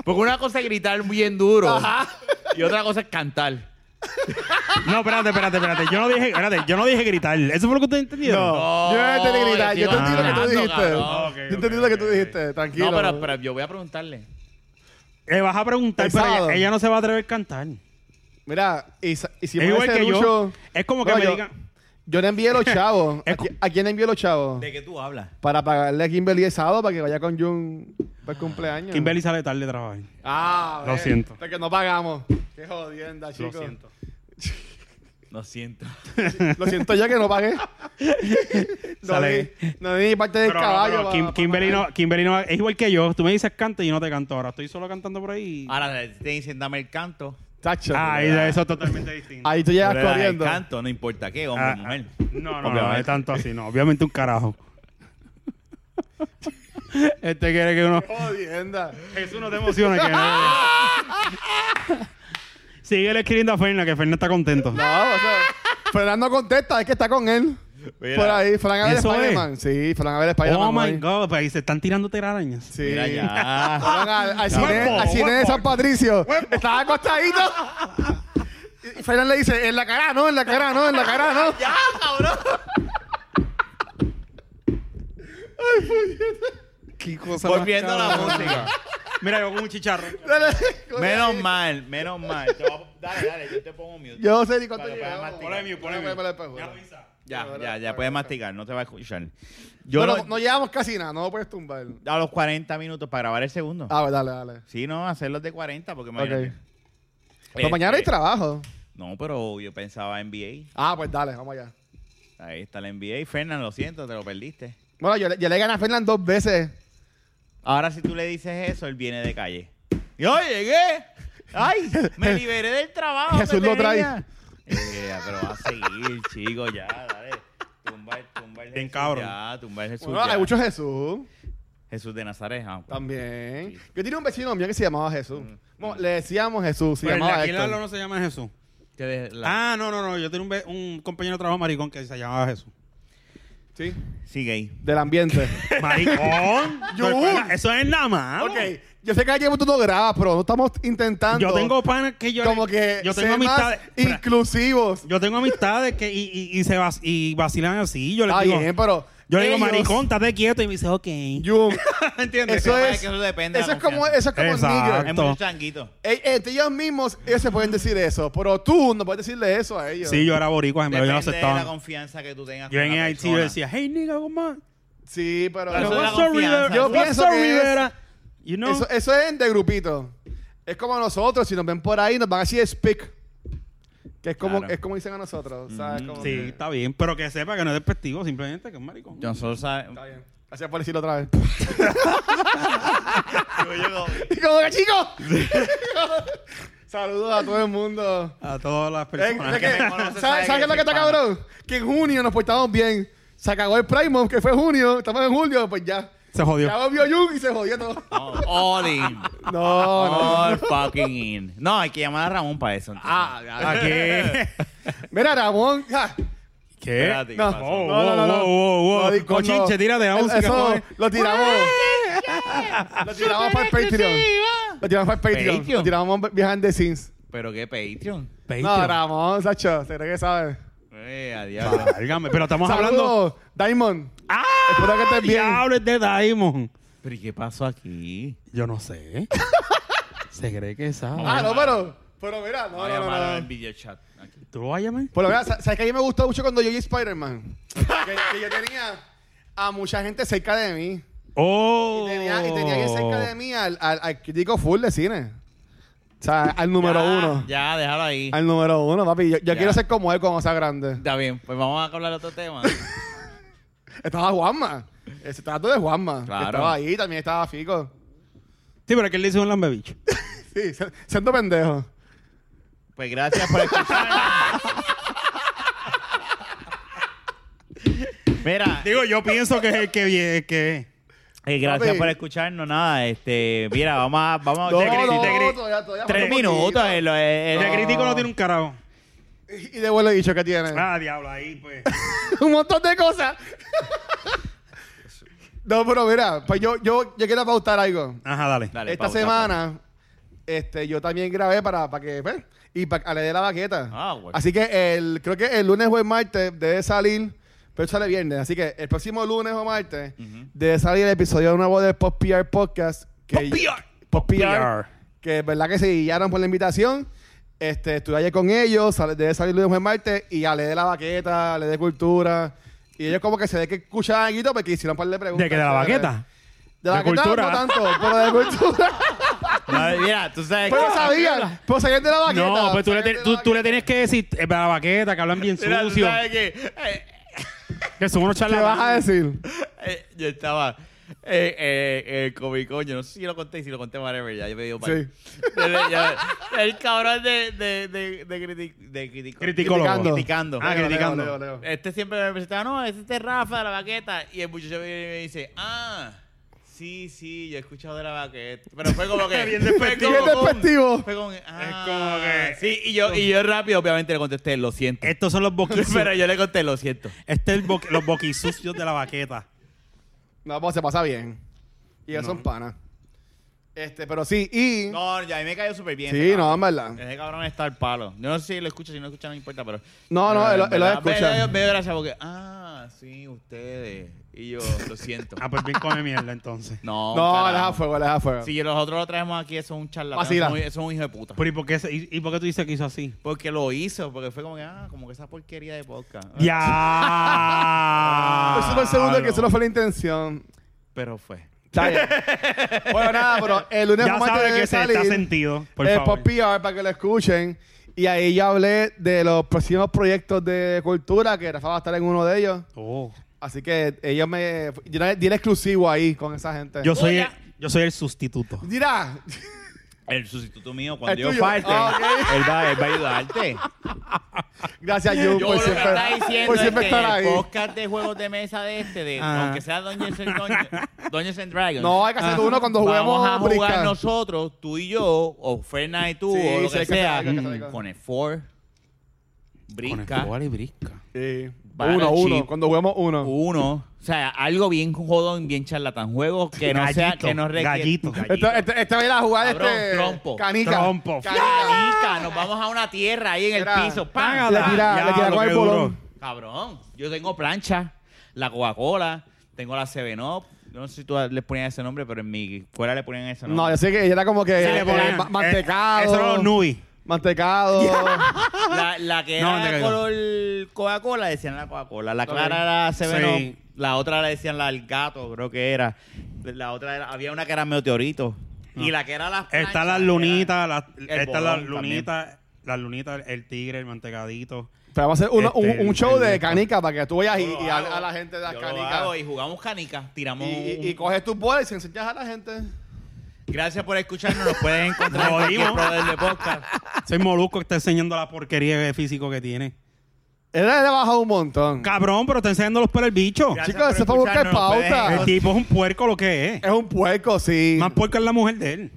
C: Porque una cosa es gritar bien duro y otra cosa es cantar.
B: No, espérate, espérate, espérate. Yo no dije, espérate, yo no dije gritar. ¿Eso fue lo que ustedes entendieron?
C: No,
A: yo no entendí gritar. Yo
C: yo sigo
A: entendí lo que tú
C: hablando,
A: dijiste.
C: cabrón.
B: Ah, ok,
A: yo entendí
B: ok,
A: lo que
B: ok,
A: tú
B: ok.
A: dijiste, tranquilo.
C: No, pero, pero yo voy a preguntarle.
B: Le Eh, vas a preguntar, pero
A: Pesado.
B: ella, ella no se va a atrever a cantar.
A: Mira, y, sa- y si
B: es igual
A: parece
B: que yo.
A: mucho-
B: Es como que
A: No,
B: me
A: yo-
B: digan.
A: Yo le envié los chavos.
B: Es
A: ¿A, qui- a quién le envié los chavos?
C: qué tú hablas?
A: Para pagarle a Kimberly el sábado para que vaya con Jun para el cumpleaños.
B: Kimberly sale tarde de trabajar.
A: Ah,
B: Lo
A: ves,
B: siento.
A: Porque no pagamos. Qué jodienda, chicos.
B: Lo siento.
C: Lo siento.
A: Lo siento yo que no pagué. no, di,
B: Sale.
A: no di ni parte del
B: Pero, no,
A: caballo.
B: pero
A: pa-
B: Kim-
A: pa-
B: Kimberly,
A: pa-
B: no, Kimberly no. Es igual que yo. Tú me dices canta y yo no te canto ahora. Estoy solo cantando por ahí.
C: Ahora te dicen dame el canto.
A: Tacho.
B: Ah, y Ah, eso es totalmente distinto.
A: ahí tú llegas
C: Tú le das
A: corriendo.
C: El canto, no importa qué, hombre,
B: Ah,
C: mujer.
B: No, no, no,
C: Obviamente.
B: es tanto así, no. Obviamente un carajo. este quiere que uno.
A: Jodienda.
B: Jesús no te emociona. Que Sigue escribiendo a Ferna, que Ferna está contento.
A: No, o sea, Fernando contesta, es que está con él.
C: Mira.
A: Por ahí, Fran a ver
B: Eso es.
A: Spider-Man. Sí, Fran a ver Spider-Man.
B: Oh
A: hoy.
B: my god, pues ahí se están tirando telarañas.
A: Sí.
C: Mira ya.
A: Fueron al, al cine,
B: Huepo,
A: al cine de
B: huepo.
A: San Patricio. Estaba acostadito. Y Fernan le dice, en la cara, no, en la cara, no, en la cara, no.
E: ¡Ya, cabrón!
B: Qué cosa más
E: Volviendo a la
B: cabrón.
E: música.
B: Mira, yo con un chicharro.
C: Menos mal, menos mal. Te voy a- Dale, dale, yo te pongo mute.
A: Yo no sé ni cuánto
C: Para que
A: llevamos.
C: puedas
B: Ponle mute, ponle
A: Ponle, ponle,
B: mute.
A: ponle.
B: Ya lo hice.
C: Ya,
A: Para,
C: ya, ya
A: para, para.
C: puedes masticar, no te va a escuchar. Yo
A: No,
C: lo-
A: no, no llevamos casi nada, no lo puedes tumbar.
C: a los 40 minutos para grabar el segundo.
A: Ah, pues dale, dale.
C: Sí, no, hacerlos de 40 porque
A: Ok.
C: imagínate.
A: Pero mañana hay
C: Este,
A: trabajo.
C: No, pero yo pensaba NBA.
A: Ah, pues dale, vamos allá.
C: Ahí está la NBA. Fernan, lo siento, te lo perdiste.
A: Bueno, yo, le- yo le gané a Fernan dos veces.
C: Ahora si tú le dices eso, él viene de calle. Yo llegué. Ay, me liberé del trabajo.
A: Jesús
C: que
A: lo trae.
C: tenía. Eh, pero va a seguir, chico, ya, dale. Tumba, el- tumba el
B: Bien
C: Jesús,
B: cabrón.
C: Ya, tumba el Jesús.
A: Bueno,
C: ya.
A: hay mucho Jesús
C: Jesús de Nazaret. ah, pues.
A: también.
C: Sí.
A: Yo tenía un vecino mío que se llamaba Jesús. Bueno, le decíamos Jesús, se
B: Mm. Pero el de
A: llamaba
B: aquí en Pues, Lalo
A: Héctor.
B: no se llama Jesús.
C: Que de la-
B: Ah, no, no, no. Yo tenía un, ve- un compañero de trabajo maricón que se llamaba Jesús.
A: Sí,
C: Sigue ahí.
A: del ambiente.
B: ¡Maricón!
A: Yo-
B: Pero, Eso es nada más.
A: ok, yo sé que aquí tú no grabas, pero no estamos intentando.
B: Yo tengo panas que yo.
A: como que
B: Yo tengo
A: ser más
B: amistades. Espera,
A: inclusivos.
B: Yo tengo amistades que. Y, y, y se vac- y vacilan así. Yo les
A: Está
B: digo.
A: bien, pero.
B: Yo le digo,
A: ellos-
B: maricón, estate quieto. Y me dice, ok.
A: Jun,
B: ¿Entiendes?
A: eso
C: Pero
A: es.
C: que eso depende de
A: Eso
C: la
A: es como,
C: confianza.
A: eso es como
B: Exacto.
A: nigger.
C: Hay muchos changuitos.
A: Ey, Entre ellos mismos, ellos se pueden decir eso, pero tú no puedes decirle eso a ellos.
B: Sí, yo era boricua, me
C: Depende
B: lo
C: de la
B: aceptaban.
C: confianza que tú tengas
B: Yo
C: con
B: en
C: la
B: IT yo
C: persona.
B: decía, hey nigga, come on.
A: Sí, pero.
C: Pero
A: eso-
C: eso es la
B: What's up,
C: confianza.
B: Rivera?
A: Yo
B: What's
A: pienso
B: up,
A: que es-
B: Rivera? You know?
A: Eso, eso es de grupito. Es como nosotros, si nos ven por ahí, nos van a decir speak. Que es como,
C: Claro.
A: es como dicen a nosotros. ¿sabes? Como
B: Sí,
A: que-
B: está bien, pero que sepa que no es despectivo, simplemente que es maricón.
C: Nosotros
A: Está
C: sabemos.
A: bien. Gracias por decirlo otra vez.
C: Yo llego-
A: Y como que, chicos. Saludos a todo el mundo.
B: A todas las
A: Eh,
B: personas.
A: es
C: que
A: que-
C: me conoce sabe
A: ¿Sabes sabes qué es lo
C: que
A: que
C: soy
A: está
C: pana.
A: cabrón? Que en junio nos portamos bien. Se acabó el Prime Month, que fue junio. Estamos en julio, pues ya.
B: Se jodió.
A: Ya volvió Jung y se jodió todo.
C: Oh, all in.
A: No, no. Ah,
C: All fucking in. No, hay que llamar a Ramón para eso. entonces.
B: ¿A qué?
A: Mira, Ramón. ja.
B: ¿Qué?
C: Espérate, ¿qué
A: ¿Eh? No.
C: pasó?
B: Oh,
A: No, no, no,
B: wow,
A: no.
B: wow, wow, wow.
A: No, disco,
B: Cochinche,
A: no.
B: tírate a
A: Eh,
B: música,
A: eso
B: coge.
A: lo tiramos. lo tiramos para el Patreon. Lo tiramos para el Patreon.
C: Patreon.
A: Lo tiramos behind the scenes.
C: ¿Pero qué Patreon?
A: No,
B: Patreon.
A: Ramón, Sacho, se cree que sabe.
C: Eh,
B: Ah,
C: adiós.
B: válgame, pero estamos hablando.
A: Saludos, Diamond.
B: ¡Ah!
A: Espero que estés bien.
B: diablo, este es de Diamond!
C: ¿Pero y qué pasó aquí?
B: Yo no sé. Se cree que sabe.
A: Ah, no, pero. Pero mira, no,
C: Voy a
A: no,
C: llamar
A: no.
C: al
A: no.
C: video chat. aquí.
B: ¿Tú lo vas a llamar?
A: Por lo menos, sa- ¿sabes que a mí me gustó mucho cuando yo vi Spider-Man? que, que yo tenía a mucha gente cerca de mí.
B: ¡Oh!
A: Y tenía, y tenía bien cerca de mí al, al, al crítico full de cine. O sea, al número
C: Ya,
A: uno.
C: Ya, déjalo ahí.
A: Al número uno, papi. Yo, yo
C: Ya.
A: quiero ser como él cuando sea grande.
C: Está bien, pues vamos a hablar de otro tema.
A: Estaba Juanma. Eh, Se trató de Juanma. que
C: Claro.
A: Estaba ahí, también estaba Fico.
B: Sí, pero que él le hizo un lambebicho.
A: Sí, se- siendo pendejo.
C: Pues gracias por escuchar. Mira,
B: Digo, yo pienso que es el que viene, que es.
C: eh, gracias
A: papi.
C: por escucharnos. Nada, este, mira, vamos a. Vamos a
A: No,
C: te cri-
A: no,
C: te cri-
A: todavía- todavía
C: tres
A: falta un
C: minutos. eh, lo- eh, eh,
B: El crítico no tiene un carajo.
A: Y de vuelo dicho que tiene.
B: Ah, diablo, ahí pues.
A: un montón de cosas. no, pero mira, pues yo, yo, yo quiero pautar algo.
B: Ajá, dale.
C: Dale,
A: Esta
C: pausa,
A: semana, este, yo también grabé para, para que, pues, y para le dé la baqueta.
C: Ah, bueno.
A: Así que el, creo que el lunes o el martes debe salir, pero sale viernes. Así que el próximo lunes o martes debe salir el episodio nuevo de Pop PR Podcast. Que Pop
B: Pop PR.
A: PR,
B: PR.
A: Que es verdad que se guiaron por la invitación. Este, estuve ayer con ellos, sale- debe salir lunes o el martes, y ya le dé la baqueta, le dé cultura. Y ellos como que se ve que escuchan algo porque hicieron un par de preguntas.
B: ¿De que de la
A: chéveres.
B: baqueta?
A: De la
B: De
A: baqueta
B: cultura.
A: no tanto, pero de cultura.
C: No, mira, tú sabes
A: Pero sabían, pero sabían de la baqueta.
B: No, pues tú le,
A: sabían
B: ten-
A: de
B: tú,
A: la
B: tú le
A: baqueta.
B: tienes que decir eh, para la baqueta, que hablan bien
C: Mira, tú
B: sucio,
C: sabes que, eh,
B: que son unos
A: ¿Qué vas a
B: charlatanes.
A: decir?
C: Eh, yo estaba eh, eh, eh, Comic Con, yo no sé si lo conté, si lo conté whatever, ya yo me dio
A: Sí.
C: El cabrón de, de, de, de, criti- de critico-
B: Criticólogo.
A: Criticando.
C: criticando.
B: Ah,
A: Leo,
B: criticando.
A: Leo, Leo, Leo.
C: Este siempre me presentaba, no, este es de Rafa de la baqueta. Y el muchacho viene y me dice, ah, sí, sí, yo he escuchado de la baqueta. Pero fue como que.
B: Bien
C: fue
B: despectivo.
C: como
A: Bien
C: con-
A: despectivo.
C: Fue como que. Ah,
B: como que-
C: Sí, y yo, y yo rápido, obviamente, le contesté, lo siento.
B: Estos son los boquisucios.
C: Pero yo le conté, lo siento.
B: Este es el boqui- los boquisucios de la baqueta.
A: No, pues se pasa bien. Y ellos son panas. Este, pero sí, y.
C: No, ya a mí me cayó súper bien.
A: sí,
C: ese
A: no, Eh,
C: cabrón.
A: en verdad.
C: Ese cabrón está al palo. Yo no sé si lo escucha, si no lo escucha, no importa, pero.
A: No, no,
C: pero,
A: él,
C: en
A: él lo
C: verdad, Me dio,
A: escucha.
C: me dio gracia porque. Ah, sí, ustedes. Y yo, lo siento.
B: Ah, pues bien come mierda entonces.
C: No,
A: No,
C: carajo.
A: le deja fuego, le deja fuego.
C: Si nosotros lo traemos aquí, eso es un charlatán. Eso
A: Vacila.
C: es un- eso es un hijo de puta.
B: Pero ¿y por qué, se- y, y por qué tú dices que hizo así?
C: Porque lo hizo, porque fue como que, ah, como que esa porquería de podcast. Ah,
B: Ya.
A: Eso fue el segundo que eso no fue la intención.
C: Pero fue.
A: Está bien. bueno, nada, pero el lunes
B: Ya
A: vamos a
B: sabe
A: tener
B: que se está
A: salir. Eh,
B: sentido. Por
A: el
B: favor.
A: Pop PR para que lo escuchen. Y ahí ya hablé de los próximos proyectos de cultura, que Rafa va a estar en uno de ellos.
B: Oh.
A: Así que ellos me. Yo le di el exclusivo ahí con esa gente.
B: Yo soy, el,
C: Oye.
B: yo soy el sustituto.
A: Dirá.
C: El sustituto mío, cuando
A: El
C: yo
A: tuyo.
C: falte,
A: Ah,
C: él, va, él va a ayudarte.
A: Gracias, Jun,
C: Yo
A: por
C: lo que
A: siempre,
C: está diciendo
A: por
C: es
A: siempre
C: que
A: estar
C: el
A: ahí.
C: podcast de juegos de mesa de este, de,
B: Ah.
C: aunque sea Dungeons and, Dungeons, Dungeons and Dragons.
A: No, hay que hacer uno cuando juguemos
C: Vamos a jugar
A: brisca.
C: nosotros, tú y yo, o Ferna y tú,
A: Sí,
C: o lo
A: sí,
C: que
A: hay que
C: sea,
A: hacer,
C: mm,
A: hay que hacer, hay que hacer.
C: con el Four,
B: Con el
C: Brisca,
B: jugar y brisca.
A: Sí.
C: Battle
A: Uno, uno.
C: Chip.
A: Cuando juguemos uno.
C: uno. O sea, algo bien jodón, bien charlatán. Juegos que no sea,
B: Gallito,
C: que no requiere.
B: gallito.
A: Este, este, este va a ir a jugar
C: Cabrón,
A: este.
C: trompo.
A: Canica.
B: Trompo.
A: Canica.
C: Canica, nos vamos a una tierra ahí en el
A: Era-
C: piso.
B: Págala.
C: ¡Pam!
A: Le tira, le tira
B: Diablo,
A: con el
B: qué duro.
A: bolón.
C: Cabrón, yo tengo plancha, la Coca-Cola, tengo la 7 Up. Yo no sé si tú les ponías ese nombre, pero en mi escuela le ponían ese nombre.
A: No, yo sé que ella era como que.
B: Sí, le
A: eh,
B: ponían-
A: ma-
B: eh,
A: mantecado.
B: Eso era los nubis.
A: Mantecado.
C: La, la que
B: No,
C: era
B: te
C: de
B: caigo.
C: color Coca-Cola decían la Coca-Cola. La
A: Ok.
C: clara era la 7
B: Sí.
C: Up. La otra la decían la del gato, creo que era. La otra era, había una que era meteorito.
B: Ah.
C: Y la que era las planchas,
B: Están las
C: era-
B: lunitas, las-
C: el
B: están las
C: bolón
B: lunitas, las lunitas, el tigre, el mantecadito.
A: Pero vamos a hacer uno-
B: Este,
A: un, un
B: el-
A: show
B: el-
A: de canica para que tú vayas y,
C: Yo lo
A: y a,
C: hago.
A: a la gente de las
C: Yo lo hago
A: canicas.
C: Y jugamos canicas,
A: Y,
C: tiramos.
A: y, y
C: un-
A: coges tus bolas y se enseñas a la gente.
C: Gracias por escucharnos. Nos pueden encontrar en
B: Nos
C: cualquier
B: jodimos.
C: proveedor de podcast.
B: Soy molusco que está enseñando la porquería de físico que tiene.
A: Él le ha bajado un montón.
B: Cabrón, pero está enseñando los pelos el bicho.
C: Gracias
A: Chicos,
C: por
A: eso fue buscar
C: escucharnos. Nos
A: pauta.
B: El
C: pueden-
B: tipo es un puerco lo que es.
A: Es un puerco, sí.
B: Más puerco es la mujer de él.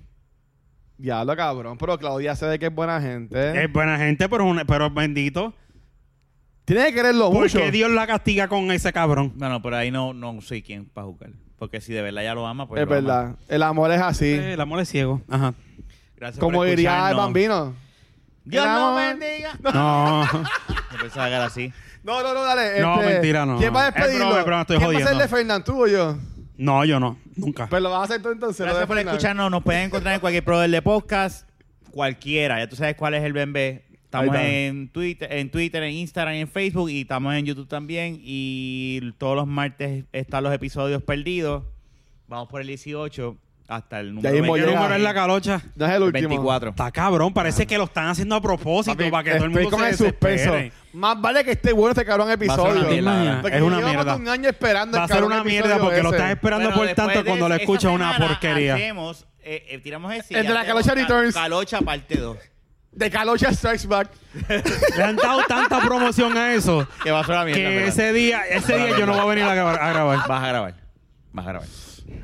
A: Diablo, cabrón. Pero Claudia se ve que es buena gente.
B: Es buena gente, pero es, una- pero es bendito.
A: Tiene que quererlo
B: Porque
A: mucho.
B: Dios la castiga con ese cabrón.
C: No, no, pero ahí no, no soy quien para jugar. Porque si de verdad ya lo ama, pues.
A: es
C: lo ama.
A: verdad. El amor es así.
B: Eh, el amor es ciego. Ajá.
C: Gracias
A: Como
C: por
A: diría el
C: escucharnos.
A: bambino.
C: Dios
A: El
C: no
A: amor-
C: bendiga.
B: No.
C: Me Empezaba a llegar así.
A: No, no, no, dale.
B: No,
A: este,
B: mentira, no.
A: ¿Quién va a
B: Es broma,
A: despedirlo?
B: es broma, estoy
A: ¿Quién va a
B: jodiendo.
A: hacerle Fernán, tú o yo?
B: no, yo no. Nunca.
A: Pero lo vas a hacer tú entonces. lo de
C: Gracias por
A: Fernan.
C: escucharnos. Nos pueden encontrar en cualquier proveedor de podcast. Cualquiera. Ya tú sabes cuál es el BNB. Estamos
A: Ahí está.
C: en Twitter, en Twitter, en Instagram, en Facebook y estamos en YouTube también. Y todos los martes están los episodios perdidos. Vamos por el 18 hasta el número
A: mismo
B: ¿Qué
C: 20.
A: llega.
B: número es la calocha?
A: No es el último.
C: 24.
B: Está cabrón. Parece que lo están haciendo a propósito
A: Papi,
B: para que todo el
A: estoy
B: mundo
A: con
B: se
A: el suspenso.
B: desespere.
A: Más vale que esté bueno este cabrón
C: Va a ser una
A: episodio.
C: mierda.
A: Porque
B: es una
A: llevamos
B: mierda.
A: un año esperando
B: Va a
A: el
B: ser
A: cabrón
B: una
A: episodio
B: mierda porque lo
A: ese.
B: estás esperando
C: Pero
B: por tanto
C: después de
B: cuando lo
C: esa
B: escuchas una
C: semana
B: porquería.
C: Hacemos, eh, eh, tiramos ese. y
A: El de la
C: hacemos
A: Calocha
C: Ca-
A: Returns.
C: Calocha parte 2.
A: De Calocha Strikes Back.
B: Le han dado tanta promoción a eso
C: Que va a ser una mierda.
B: que
C: ¿verdad?
B: ese día, ese día yo no voy a venir a grabar. a grabar.
C: Vas a grabar. Vas a grabar.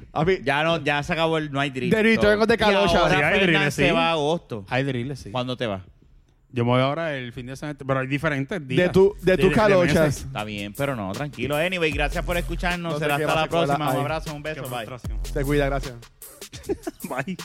A: Papi,
C: Ya, no, ya se acabó el. No hay drill.
A: The Returns
C: Todo.
A: de Calocha.
C: Y ahora
B: Sí, hay
C: Fernan
B: drill,
C: se
B: sí.
C: va a agosto.
B: Hay drills, sí.
C: ¿Cuándo te vas?
B: Yo me voy ahora el fin de semana, pero hay diferentes días.
A: de, tu, de tus
B: meses.
A: calochas.
C: Está bien, pero no, tranquilo. Anyway, gracias por escucharnos.
A: No sé
C: Será
A: qué
C: hasta
A: va a
C: la
A: secuela
C: próxima. Un
A: hay.
C: abrazo, un
B: Qué
C: beso. Bye.
B: frustración.
A: Te cuida, gracias.
B: Bye.